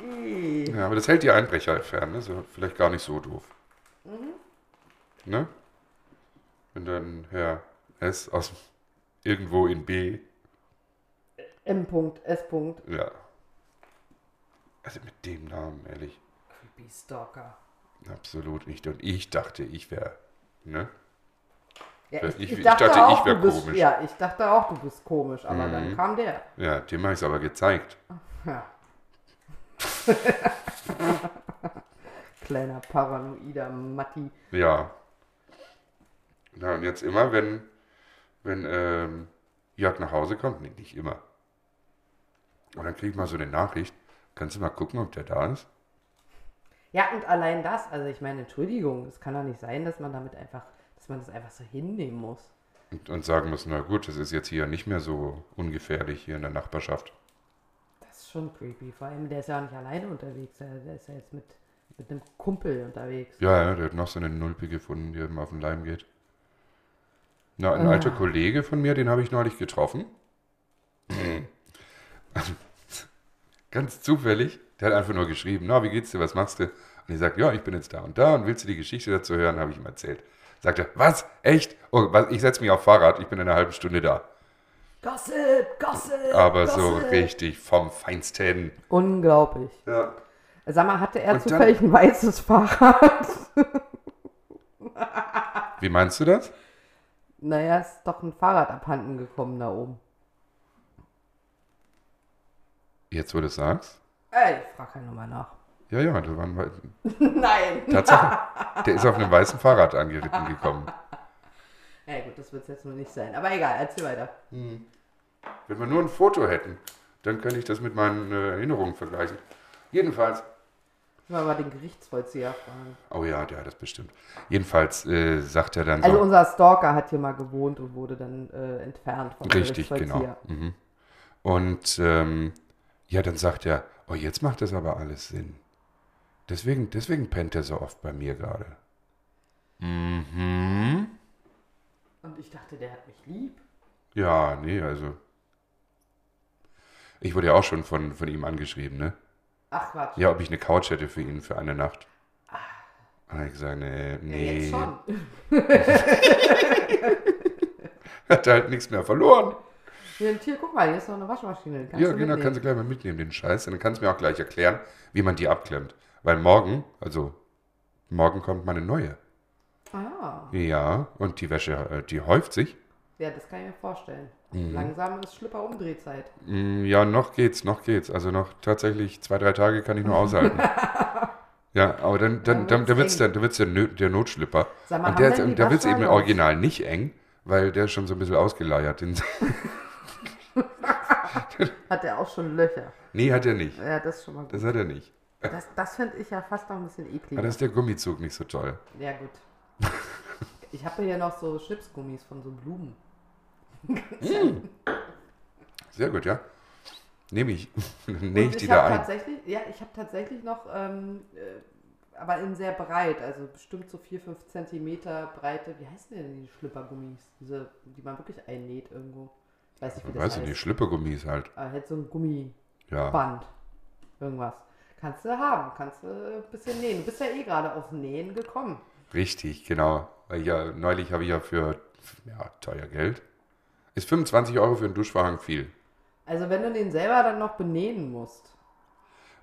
A: Ih.
B: Ja, aber das hält die Einbrecher halt fern, ne? Ist ja vielleicht gar nicht so doof. Ne? Wenn dann Herr S aus irgendwo in B,
A: M. -Punkt, S. -Punkt.
B: ja. Also mit dem Namen, ehrlich,
A: Creepy Stalker.
B: absolut nicht. Und ich dachte, ich wäre, ne?
A: Ja,
B: Ich- ich dachte, ich wär
A: du bist,
B: komisch. Mhm.
A: Ja, ich dachte auch, du bist komisch, aber dann kam der.
B: Ja, dem habe ich es aber gezeigt.
A: Ja. Kleiner paranoider Matti.
B: Ja. Na, und jetzt immer, wenn, wenn ähm, Jörg nach Hause kommt, nee, nicht immer. Und dann kriege ich mal so eine Nachricht. Kannst du mal gucken, ob der da ist?
A: Ja, und allein das, also ich meine, Entschuldigung, es kann doch nicht sein, dass man damit einfach, dass man das einfach so hinnehmen muss.
B: Und, und sagen muss, na gut, das ist jetzt hier nicht mehr so ungefährlich hier in der Nachbarschaft.
A: Das ist schon creepy. Vor allem, der ist ja auch nicht alleine unterwegs. Der, der ist ja jetzt mit, mit einem Kumpel unterwegs.
B: Ja, ja, der hat noch so eine Nulpe gefunden, die ihm auf den Leim geht. Na, ein alter Kollege von mir, den habe ich neulich getroffen. (laughs) Ganz zufällig. Der hat einfach nur geschrieben, na, wie geht's dir, was machst du? Und ich sage, ja, ich bin jetzt da und da und willst du die Geschichte dazu hören, habe ich ihm erzählt. Sagt er, was? Echt? Oh, was? Ich setze mich auf Fahrrad, ich bin in einer halben Stunde da.
A: Gossip, Gossip!
B: Aber
A: Gossip.
B: so richtig vom Feinsten.
A: Unglaublich.
B: Ja.
A: Sag mal, hatte er
B: Und dann-
A: zufällig ein weißes Fahrrad? (laughs)
B: Wie meinst du das?
A: naja, ist doch ein Fahrrad abhanden gekommen da oben.
B: Jetzt, wo du es sagst?
A: Ey, ich frag ja nochmal nach. (laughs)
B: Ja, ja, da waren, halt-
A: Nein! (laughs)
B: Tatsache. Der ist auf einem weißen Fahrrad angeritten gekommen.
A: Ja gut, das wird es jetzt nur nicht sein. Aber egal, erzähl weiter.
B: Wenn wir nur ein Foto hätten, dann könnte ich das mit meinen äh, Erinnerungen vergleichen. Jedenfalls.
A: Müssen wir mal den Gerichtsvollzieher fragen.
B: Oh ja, der hat das bestimmt. Jedenfalls äh, sagt er dann
A: Also
B: so.
A: unser Stalker hat hier mal gewohnt und wurde dann äh, entfernt vom
B: Richtig, genau.
A: Gerichtsvollzieher.
B: Mhm. Und ähm, ja, dann sagt er, oh, jetzt macht das aber alles Sinn. Deswegen, deswegen pennt er so oft bei mir gerade. Mhm.
A: Und ich dachte, der hat mich lieb.
B: Ja, nee, also. Ich wurde ja auch schon von, von ihm angeschrieben, ne?
A: Ach Quatsch.
B: Ja, ob ich eine Couch hätte für ihn für eine Nacht. Und dann hab ich gesagt, nee,
A: Jetzt
B: nee.
A: schon.
B: (laughs) Hat halt nichts mehr verloren.
A: Hier, ein Tier, guck mal, hier ist noch eine Waschmaschine. Kannst
B: ja,
A: du
B: genau,
A: mitnehmen.
B: kannst du gleich mal mitnehmen, den Scheiß. Und dann kannst du mir auch gleich erklären, wie man die abklemmt. Weil morgen, also morgen kommt meine neue.
A: Ah,
B: Ja, und die Wäsche, äh, die häuft sich.
A: ja, das kann ich mir vorstellen.
B: Mhm.
A: Langsam ist Schlipper-Umdrehzeit.
B: Mm, Ja, noch geht's, noch geht's. Also noch tatsächlich zwei, drei Tage kann ich nur
A: (laughs)
B: aushalten. ja, aber dann, dann, dann,
A: Dann
B: dann wird's,
A: wird's
B: dann, dann wird's der, Nö- der Notschlipper.
A: Sag mal,
B: und der,
A: haben denn die
B: da wird's eben
A: Waschlager-
B: original nicht eng, weil der ist schon so ein bisschen ausgeleiert. Den, (laughs)
A: Hat er auch schon Löcher.
B: nee, hat er nicht.
A: Ja, das ist schon mal gut.
B: Das hat er nicht.
A: Das, das finde ich ja fast noch ein bisschen eklig.
B: Aber da ist der Gummizug nicht so toll.
A: Ja,
B: (laughs)
A: gut. Ich habe hier noch so Chipsgummis von so Blumen.
B: Sehr gut, ja. Nehme ich. (laughs) Dann nähe
A: Und
B: ich die
A: hab
B: da ein.
A: Tatsächlich, ja, ich habe tatsächlich noch, ähm, äh, aber in sehr breit, also bestimmt so 4, 5 Zentimeter breite, wie heißen denn die Schlippergummis? Diese, die man wirklich einnäht irgendwo. Ich weiß nicht, wie das
B: Weiß ich
A: heißt.
B: nicht, Schlippergummis halt.
A: Aber halt so ein Gummiband,
B: Ja.
A: irgendwas. Kannst du haben, kannst du ein bisschen nähen. Du bist ja eh gerade aufs Nähen gekommen.
B: Richtig, genau. Weil ja, neulich habe ich ja für ja, teuer Geld. Ist 25 Euro für einen Duschvorhang viel.
A: Also wenn du den selber dann noch benähen musst.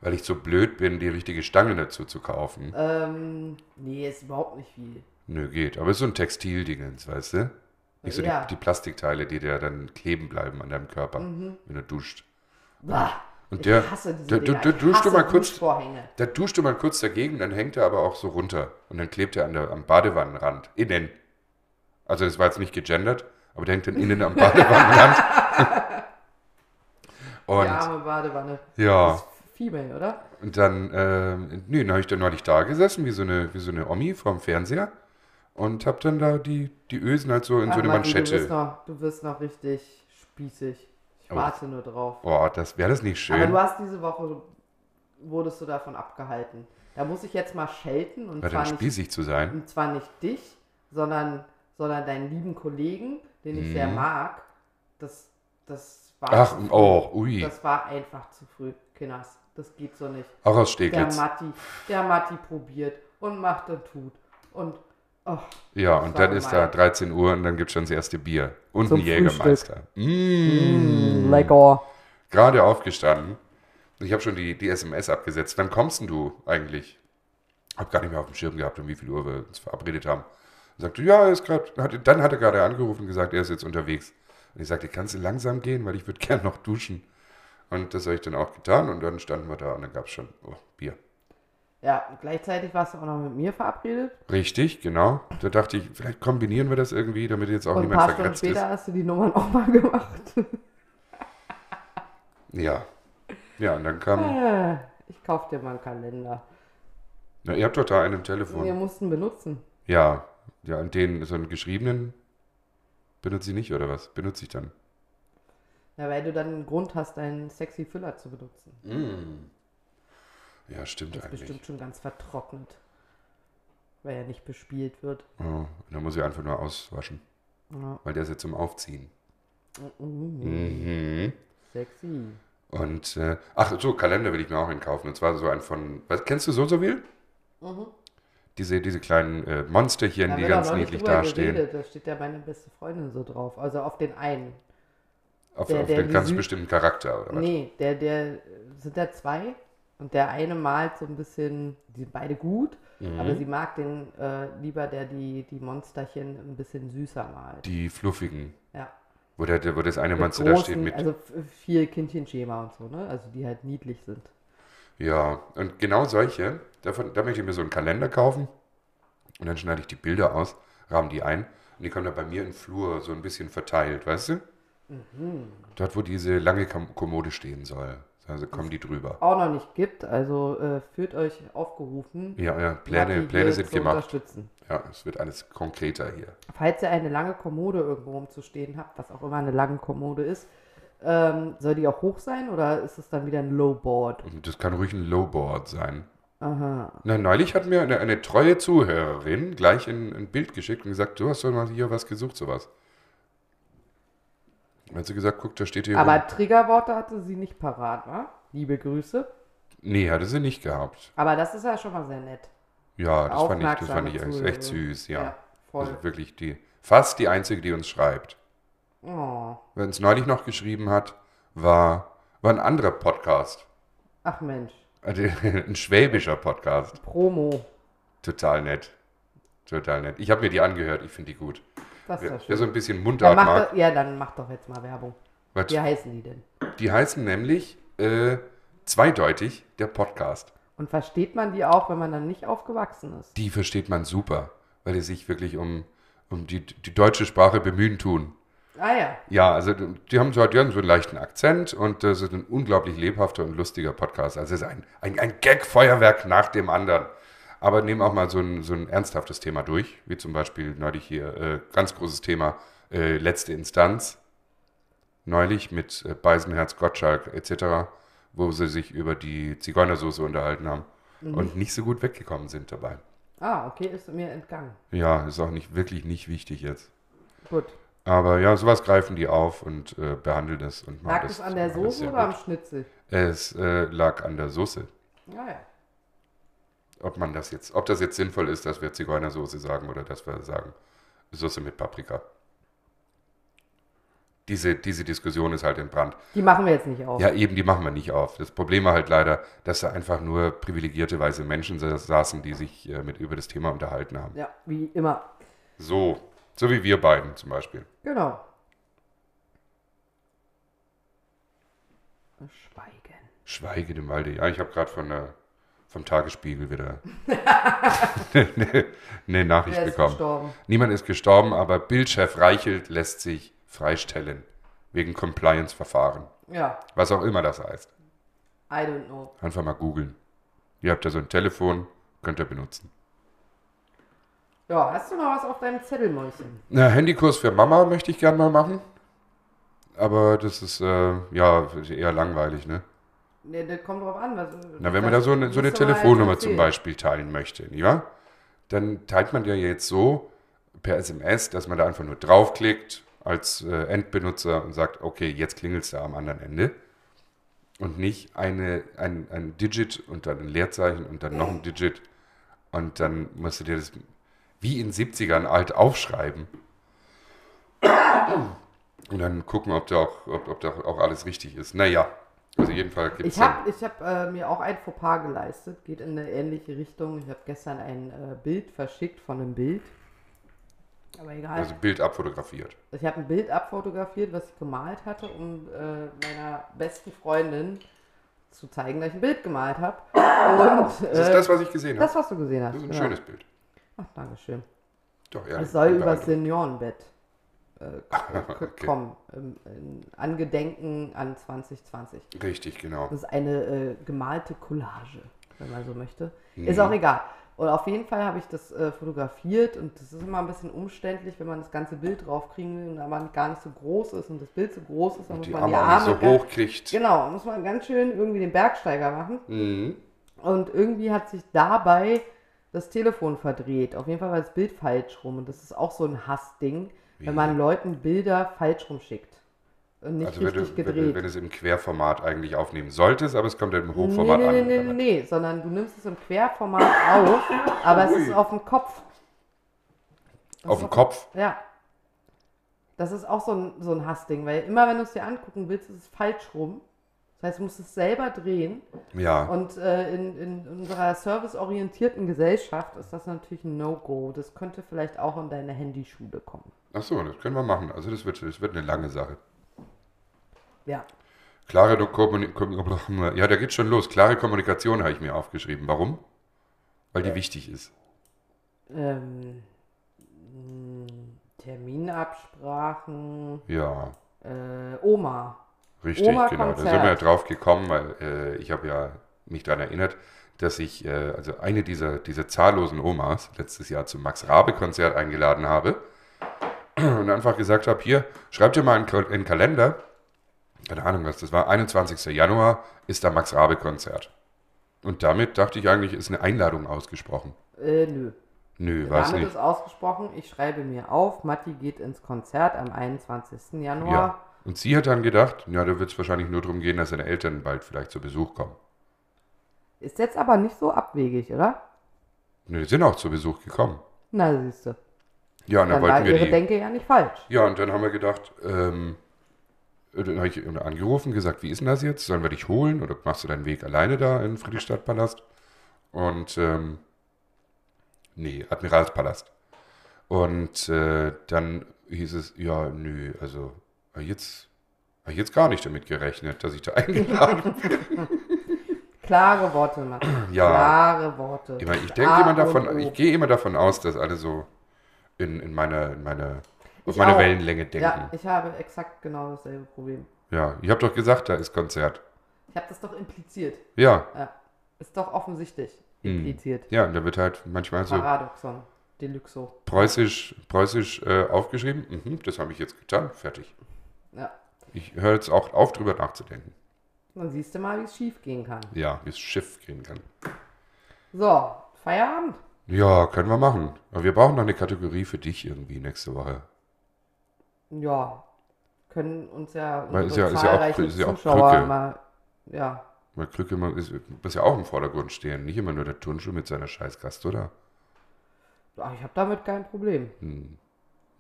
B: Weil ich so blöd bin, die richtige Stange dazu zu kaufen.
A: Ähm, nee, ist überhaupt nicht viel.
B: Nö, geht. Aber ist so ein Textildingens, weißt du? Nicht so
A: Ja.
B: die, die Plastikteile, die dir dann kleben bleiben an deinem Körper, wenn du duscht.
A: Bah.
B: Und
A: Mhm. ich
B: der-
A: hasse diese
B: der-
A: Dinger.
B: der-
A: Ich
B: der- duschst du
A: hasse
B: mal kurz-
A: Duschvorhänge.
B: Da duscht du mal kurz dagegen, dann hängt er aber auch so runter. Und dann klebt er an der, am Badewannenrand. Innen. Also das war jetzt nicht gegendert, aber der hängt dann
A: (laughs)
B: innen am Badewannenrand.
A: Die
B: Und
A: arme Badewanne.
B: ja,
A: Ist female, oder?
B: Und dann, ähm, nee, dann habe ich dann neulich da gesessen, wie so eine, wie so eine Omi vorm Fernseher. Und habe dann da die, die Ösen halt so in so
A: Ach,
B: eine
A: Martin, Du bist,
B: Manschette.
A: noch, du bist noch richtig spießig. Ich
B: Aber
A: warte nur drauf.
B: Boah, Oh, das wäre das nicht
A: Aber
B: schön.
A: du hast diese Woche, wurdest du davon abgehalten. Da muss ich jetzt mal schelten und zwar
B: Na, dann
A: nicht
B: spießig zu sein.
A: Und zwar nicht dich, sondern, sondern deinen lieben Kollegen, den ich sehr
B: Mhm.
A: mag. Das, das war.
B: Ach,
A: zu früh.
B: oh, ui.
A: Das war einfach zu früh, Kinders. Das geht so nicht.
B: Auch aus
A: Der
B: Steglitz.
A: Matti, der Matti probiert und macht und tut. Und oh,
B: Ja,
A: Das
B: und
A: war
B: dann ist da
A: gemein.
B: 13 Uhr und dann gibt es schon das erste Bier. Und
A: Zum
B: ein Jägermeister. Mmh.
A: lecker.
B: Gerade aufgestanden. Ich habe schon die, die SMS abgesetzt. Wann kommst denn du eigentlich? Hab gar nicht mehr auf dem Schirm gehabt, um wie viel Uhr wir uns verabredet haben. Und sagte, ja, er ist gerade. hat- Dann hat er gerade angerufen und gesagt, er ist jetzt unterwegs. Und ich sagte, kannst du langsam gehen, weil ich würde (laughs) gern noch duschen. Und das habe ich dann auch getan und dann standen wir da und dann gab es schon oh, Bier.
A: Ja, und gleichzeitig warst du auch noch mit mir verabredet.
B: Richtig, genau. Da dachte ich, vielleicht kombinieren wir das irgendwie, damit jetzt auch
A: und ein
B: niemand
A: paar Stunden
B: verkratzt ist.
A: später hast du die Nummern (laughs) auch mal gemacht.
B: Ja. Ja, und dann kam.
A: Äh, (laughs) ich kauf dir mal einen Kalender.
B: Na, ihr habt doch da einen im
A: Wir
B: Telefon.
A: mussten benutzen.
B: Ja. Ja, und den, so einen geschriebenen benutzt sie nicht, oder was? Benutze ich dann.
A: Ja, weil du dann einen Grund hast, deinen sexy Füller zu benutzen.
B: Ja, stimmt
A: Mm. Das ist
B: eigentlich.
A: bestimmt schon ganz vertrocknet, weil er nicht bespielt wird.
B: Oh, und dann muss ich einfach nur auswaschen,
A: Ja.
B: weil der ist ja zum Aufziehen.
A: Mhm.
B: Mhm.
A: Sexy.
B: Und, äh, ach so, Kalender will ich mir auch einkaufen. Und zwar so einen von, was, kennst du so so viel? Diese, diese kleinen äh, Monsterchen,
A: Mhm.
B: die
A: wird auch
B: ganz
A: noch nicht
B: niedlich
A: drüber
B: dastehen.
A: geredet. Da steht ja meine beste Freundin so drauf. Also auf den einen.
B: Auf,
A: Der-
B: auf
A: der
B: den
A: die
B: ganz
A: Sü-
B: bestimmten Charakter, oder was?
A: Nee, der, der, sind da zwei? Und der eine malt so ein bisschen, die sind beide gut,
B: Mhm.
A: aber sie mag den äh, lieber, der die, die Monsterchen ein bisschen süßer malt.
B: Die fluffigen.
A: Ja.
B: Wo, der, der- wo das eine
A: Mit
B: Monster da steht
A: großen,
B: mit
A: Also f- viel Kindchenschema und so, ne? Also die halt niedlich sind.
B: Ja, und genau solche, davon, da möchte ich mir so einen Kalender kaufen und dann schneide ich die Bilder aus, rahme die ein und die kommen dann bei mir in den Flur so ein bisschen verteilt, weißt du? Dort, wo diese lange Kom Kommode stehen soll. Also kommen die drüber.
A: auch noch nicht gibt. Also äh, fühlt euch aufgerufen,
B: Ja, ja, Pläne,
A: Matti
B: Pläne
A: hier
B: sind
A: zu
B: gemacht.
A: unterstützen.
B: Ja, es wird alles konkreter hier.
A: Falls ihr eine lange Kommode irgendwo rumzustehen habt, was auch immer eine lange Kommode ist, ähm, soll die auch hoch sein oder ist es dann wieder ein Lowboard?
B: Und das kann ruhig ein Lowboard sein.
A: Aha.
B: Na, neulich hat mir eine, eine treue Zuhörerin gleich ein, ein Bild geschickt und gesagt, du hast doch mal hier was gesucht, sowas. Dann hat sie gesagt, guck, da steht hier...
A: Aber Triggerworte hatte sie nicht parat, wa? Liebe Grüße.
B: nee, hatte sie nicht gehabt.
A: Aber das ist ja schon mal sehr nett.
B: Ja, das fand ich, das
A: Aufmerksame
B: fand ich echt, echt
A: Zuhörerin.
B: süß, ja.
A: voll.
B: also wirklich die, fast die einzige, die uns schreibt.
A: oh.
B: Wer uns neulich noch geschrieben hat, war, war ein anderer Podcast.
A: Ach Mensch,
B: Also, (laughs) ein schwäbischer Podcast.
A: Promo.
B: Total nett. Total nett. Ich habe mir die angehört, ich finde die gut.
A: Das ist
B: Wer,
A: ja
B: wer
A: schön.
B: so ein bisschen
A: Dann
B: Mundart
A: mach
B: mag,
A: doch, ja, dann mach doch jetzt mal Werbung.
B: was,
A: Wie heißen die denn?
B: die heißen nämlich äh, zweideutig der Podcast.
A: Und versteht man die auch, wenn man dann nicht aufgewachsen ist?
B: Die versteht man super, weil die sich wirklich um, um die, die deutsche Sprache bemühen tun.
A: Ah ja.
B: Ja, also die haben, so, die haben so einen leichten Akzent und das ist ein unglaublich lebhafter und lustiger Podcast. Also es ist ein, ein, ein Gag-Feuerwerk nach dem anderen. Aber nehmen auch mal so ein, so ein ernsthaftes Thema durch, wie zum Beispiel neulich hier, äh, ganz großes Thema, äh, letzte Instanz. Neulich mit äh, Beisenherz, Gottschalk etc., wo sie sich über die Zigeunersoße unterhalten haben und nicht so gut weggekommen sind dabei.
A: Ah, okay, ist mir entgangen.
B: Ja, ist auch nicht wirklich nicht wichtig jetzt.
A: Gut.
B: Aber ja, sowas greifen die auf und äh, behandeln das und
A: Lag
B: das.
A: es an der
B: machen das
A: Soße
B: sehr
A: oder am
B: gut.
A: Schnitzel? Ah
B: Es äh, lag an der Soße.
A: Naja.
B: Ob man das jetzt, ob das jetzt sinnvoll ist, dass wir Zigeunersoße sagen oder dass wir sagen Soße mit Paprika. Diese, diese Diskussion ist halt in Brand.
A: Die machen wir jetzt nicht auf.
B: Ja, eben, die machen wir nicht auf. Das Problem war halt leider, dass da einfach nur privilegierte weiße Menschen sa- saßen, die sich äh, mit über das Thema unterhalten haben.
A: Ja, wie immer.
B: So, so wie wir beiden zum Beispiel.
A: Genau. Schweigen.
B: Schweige dem Walde. Ja, ich habe gerade von der, vom Tagesspiegel wieder eine eine Nachricht
A: Wer ist
B: bekommen.
A: gestorben?
B: Niemand ist gestorben, aber Bildchef Reichelt lässt sich freistellen. Wegen Compliance-Verfahren.
A: Ja,
B: Was auch immer das heißt.
A: I don't know.
B: Einfach mal googeln. Ihr habt ja so ein Telefon, könnt ihr benutzen.
A: Ja, hast du noch was auf deinem Zettelmäuschen?
B: Na, Handykurs für Mama möchte ich gern mal machen. Aber das ist äh, ja eher langweilig, ne?
A: Ne, das kommt drauf an. Was,
B: Na, wenn man da so eine, so eine
A: musst du mal halt
B: Telefonnummer zum
A: erzählen.
B: Beispiel teilen möchte, nicht wahr? Dann teilt man ja jetzt so per SMS, dass man da einfach nur draufklickt als äh, Endbenutzer und sagt, okay, jetzt klingelt es da am anderen Ende. Und nicht eine, ein, ein Digit und dann ein Leerzeichen und dann noch ein Digit. Und dann musst du dir das wie in 70ern alt aufschreiben. Und dann gucken, ob da auch, ob, ob da auch alles richtig ist. Naja, also jedenfalls gibt es
A: Ich habe ich hab, äh, mir auch ein Fauxpas geleistet, geht in eine ähnliche Richtung. Ich habe gestern ein äh, Bild verschickt von einem Bild. Aber egal.
B: Also Bild abfotografiert.
A: ich habe ein Bild abfotografiert, was ich gemalt hatte, um äh, meiner besten Freundin zu zeigen, dass ich ein Bild gemalt habe. Und
B: Das ist
A: äh,
B: das, was ich gesehen habe.
A: das, was du gesehen hast.
B: Das ist ein
A: genau.
B: schönes Bild.
A: Ach, Dankeschön.
B: Doch, ja. Ah,
A: Es soll über das Seniorenbett äh,
B: (laughs)
A: k-
B: Okay.
A: kommen. Ähm, in Angedenken an 2020.
B: Richtig, genau.
A: Das ist eine äh, gemalte Collage, wenn man so möchte.
B: Mhm.
A: Ist auch egal. Und auf jeden Fall habe ich das äh, fotografiert und das ist immer ein bisschen umständlich, wenn man das ganze Bild draufkriegen will und aber gar nicht so groß ist und das Bild so groß ist, dann
B: Und
A: muss
B: die
A: man
B: Arme auch nicht so
A: ganz-
B: hoch kriegt.
A: Genau, muss man ganz schön irgendwie den Bergsteiger machen.
B: Mhm.
A: Und irgendwie hat sich dabei das Telefon verdreht. Auf jeden Fall war das Bild falsch rum. Und das ist auch so ein Hassding, wenn man Leuten Bilder falsch rum schickt. Und nicht
B: Also wenn
A: richtig
B: du, wenn, du,
A: gedreht.
B: wenn du es im Querformat eigentlich aufnehmen solltest, aber es kommt dann im
A: Nee,
B: Hochformat
A: nee, nee,
B: an.
A: nee, nee, nee, sondern du nimmst es im Querformat auf, aber es
B: Ui.
A: ist auf dem Kopf. Das
B: Auf
A: ist
B: dem Kopf.
A: Ja. Das ist auch so ein, so ein Hassding, weil immer wenn du es dir angucken willst, ist es falsch rum. Das heißt, du musst es selber drehen.
B: Ja.
A: Und äh, in, in unserer serviceorientierten Gesellschaft ist das natürlich ein No-Go. Das könnte vielleicht auch in deine Handyschule kommen.
B: Ach so, das können wir machen. Also das wird, das wird eine lange Sache.
A: Ja.
B: Klare Kommunikation. Ja, da geht's schon los. Klare Kommunikation habe ich mir aufgeschrieben. Warum? Weil die wichtig ist.
A: Ähm, mh, Terminabsprachen,
B: Ja.
A: äh, Oma.
B: Richtig,
A: Oma
B: genau. Da sind
A: Konzert.
B: wir ja drauf gekommen, weil äh, ich habe ja mich daran erinnert, dass ich äh, also eine dieser, dieser zahllosen Omas letztes Jahr zum Max-Rabe-Konzert eingeladen habe und einfach gesagt habe, hier, schreibt ihr mal einen, Kal- einen Kalender, keine Ahnung was das war, 21. Januar ist da Max-Rabe-Konzert. Und damit dachte ich eigentlich, ist eine Einladung ausgesprochen.
A: Äh, nö.
B: Nö, war es
A: Damit
B: nicht.
A: ist ausgesprochen, ich schreibe mir auf, Matti geht ins Konzert am 21. Januar.
B: Ja. Und sie hat dann gedacht, ja, da wird es wahrscheinlich nur darum gehen, dass seine Eltern bald vielleicht zu Besuch kommen.
A: Ist jetzt aber nicht so abwegig, oder?
B: Nö, die sind auch zu Besuch gekommen.
A: Na, siehst du.
B: Ja, und dann,
A: Dann war
B: wollten wir
A: ihre
B: die.
A: Denke ja nicht falsch.
B: Ja, und dann haben wir gedacht, ähm, äh, dann habe ich angerufen, gesagt, wie ist denn das jetzt? Sollen wir dich holen oder machst du deinen Weg alleine da in den Friedrichstadtpalast? Und, ähm, nee, Admiralspalast. Und äh, dann hieß es, ja, nö, also äh, jetzt habe ich jetzt gar nicht damit gerechnet, dass ich da (laughs) eingeladen bin.
A: Klare Worte, Matti.
B: (clears throat) Ja.
A: Klare Worte.
B: Ich, meine, ich
A: Das
B: denke
A: A
B: immer
A: Ah, und O.
B: davon, ich gehe immer davon aus, dass alle so in, in meiner, in meiner, auf
A: Ich
B: meine
A: auch.
B: Wellenlänge denken.
A: Ja,
B: Ja,
A: ich habe exakt genau dasselbe Problem.
B: ja ich habe doch gesagt, da ist Konzert.
A: Ich habe das doch impliziert.
B: Ja,
A: Ja. Ist doch offensichtlich
B: Hm.
A: impliziert.
B: Ja, und da wird halt manchmal so
A: Paradoxon. Deluxo.
B: preußisch, preußisch äh, aufgeschrieben. Mhm, das habe ich jetzt getan. Fertig.
A: Ja.
B: Ich höre jetzt auch auf, drüber nachzudenken.
A: Dann siehst du mal, wie es schief gehen kann.
B: Ja, wie es Schiff gehen kann.
A: So, Feierabend.
B: Ja, können wir machen. Aber wir brauchen noch eine Kategorie für dich irgendwie nächste Woche.
A: Ja, können uns ja
B: Weil
A: unsere
B: ist ja- ist ja auch-
A: zahlreichen
B: ist ja auch
A: Zuschauer
B: Brücke.
A: mal, ja,
B: Weil Krücke immer- ist, muss ja auch im Vordergrund stehen. Nicht immer nur der Turnschuh mit seiner Scheißgast, oder?
A: Ach, Ah, ich habe damit kein Problem.
B: Hm.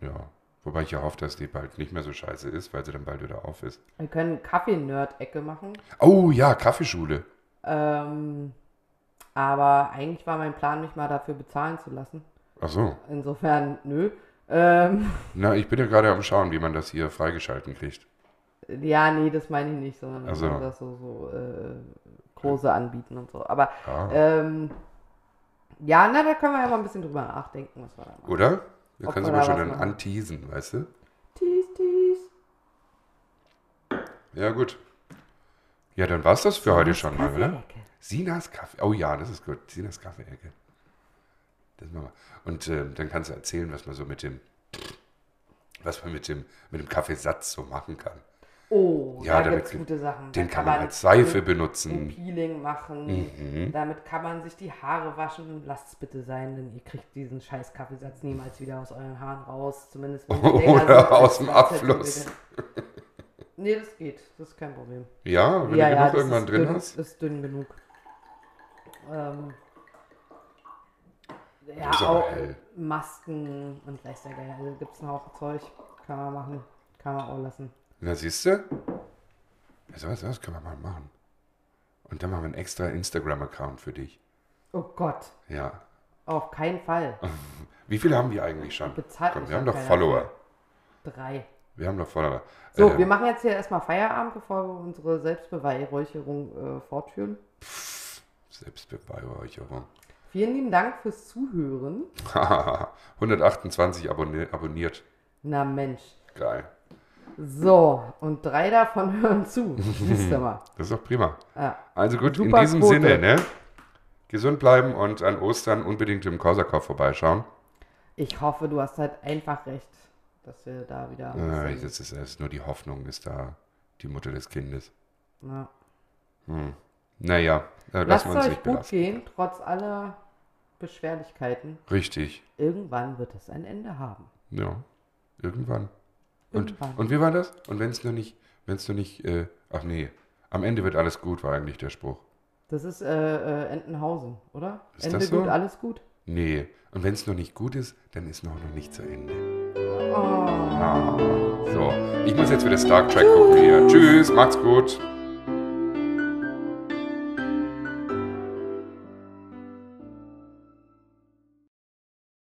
B: Ja. Wobei ich ja hoffe, dass die bald nicht mehr so scheiße ist, weil sie dann bald wieder auf ist.
A: Wir können Kaffee-Nerd-Ecke machen,
B: Oh ja, Kaffeeschule.
A: ähm, aber eigentlich war mein Plan, mich mal dafür bezahlen zu lassen.
B: Ach so.
A: Insofern, nö. Ähm, (laughs)
B: Na, ich bin ja gerade am Schauen, wie man das hier freigeschalten kriegt.
A: ja, nee, das meine ich nicht, sondern
B: Also.
A: also. das so, so äh, Kurse anbieten und so. Aber
B: Ah.
A: ähm, ja, na, da können wir ja mal ein bisschen drüber nachdenken, was wir da machen.
B: Oder? Da
A: Ob
B: kannst du
A: wir
B: mal
A: da
B: schon
A: was
B: dann
A: machen.
B: anteasen, weißt du?
A: Tease, tease.
B: Ja, gut. Ja, dann war's das für heute schon mal, ne? oder?
A: Kaffee-Ecke.
B: Sinas Kaffee. Oh ja, das ist gut. Sinas Kaffee-Ecke. Das machen wir. Und ähm, dann kannst du erzählen, was man so mit dem, was man mit dem, mit dem Kaffeesatz so machen kann.
A: Oh,
B: Ja,
A: da
B: damit
A: gibt es
B: gibt-
A: gute Sachen.
B: Den
A: Da
B: kann man als Seife benutzen.
A: ein Peeling machen.
B: Mhm.
A: Damit kann man sich die Haare waschen. Lasst es bitte sein, denn ihr kriegt diesen scheiß Kaffeesatz niemals wieder aus euren Haaren raus. Zumindest wenn sie
B: (laughs) Oder
A: länger sind als
B: aus dem
A: 20
B: Abfluss.
A: Zentimeter. Nee, das geht. Das ist kein Problem.
B: Ja, wenn du genug irgendwann
A: ist
B: drin
A: dünn,
B: hast.
A: ist dünn genug. Ähm, ja,
B: ist aber
A: auch
B: hell.
A: Masken und weiß der Geier. Also gibt es noch auch Zeug. Kann man machen. Kann man auch lassen.
B: Na, siehst du? Also, was, was können wir mal machen? Und dann machen wir einen extra Instagram-Account für dich.
A: Oh Gott,
B: Ja.
A: auf keinen Fall.
B: Wie viele haben wir eigentlich schon?
A: Bezahlt
B: Komm,
A: uns
B: wir haben
A: doch
B: doch
A: keiner
B: Follower.
A: Drei.
B: Wir haben doch Follower.
A: So,
B: Ähm,
A: wir machen jetzt hier erstmal Feierabend, bevor wir unsere Selbstbeweihräucherung äh, fortführen.
B: (laughs) Selbstbeweihräucherung.
A: Vielen lieben Dank fürs Zuhören.
B: 128 abonnier abonniert.
A: Na Mensch.
B: Geil.
A: So, und drei davon (laughs) hören zu. Siehst du mal.
B: Das ist doch prima.
A: Ja.
B: Also gut,
A: Super
B: in diesem
A: Quote.
B: Sinne, ne? Gesund bleiben und an Ostern unbedingt im Korsakow vorbeischauen.
A: Ich hoffe, du hast halt einfach recht, dass wir da wieder. ein
B: Äh,
A: bisschen-
B: das ist erst nur die Hoffnung, ist da die Mutter des Kindes.
A: Na.
B: Hm. Naja, äh,
A: Lasst
B: lassen
A: es
B: wir uns
A: euch
B: nicht
A: gut
B: belasten.
A: gehen, trotz aller Beschwerlichkeiten.
B: Richtig.
A: Irgendwann wird es ein Ende haben.
B: Ja. Irgendwann. Und,
A: Irgendwann.
B: und wie war das? Und wenn es nur nicht, wenn es nur nicht, äh, ach nee, am Ende wird alles gut, war eigentlich der Spruch.
A: Das ist äh, äh, Entenhausen, oder?
B: Ist
A: Ende
B: das so?
A: gut, alles gut.
B: Nee. Und wenn es nur nicht gut ist, dann ist noch, noch nicht zu Ende.
A: Oh.
B: Ah. So, ich muss jetzt wieder Star Trek gucken hier. Tschüss, macht's gut.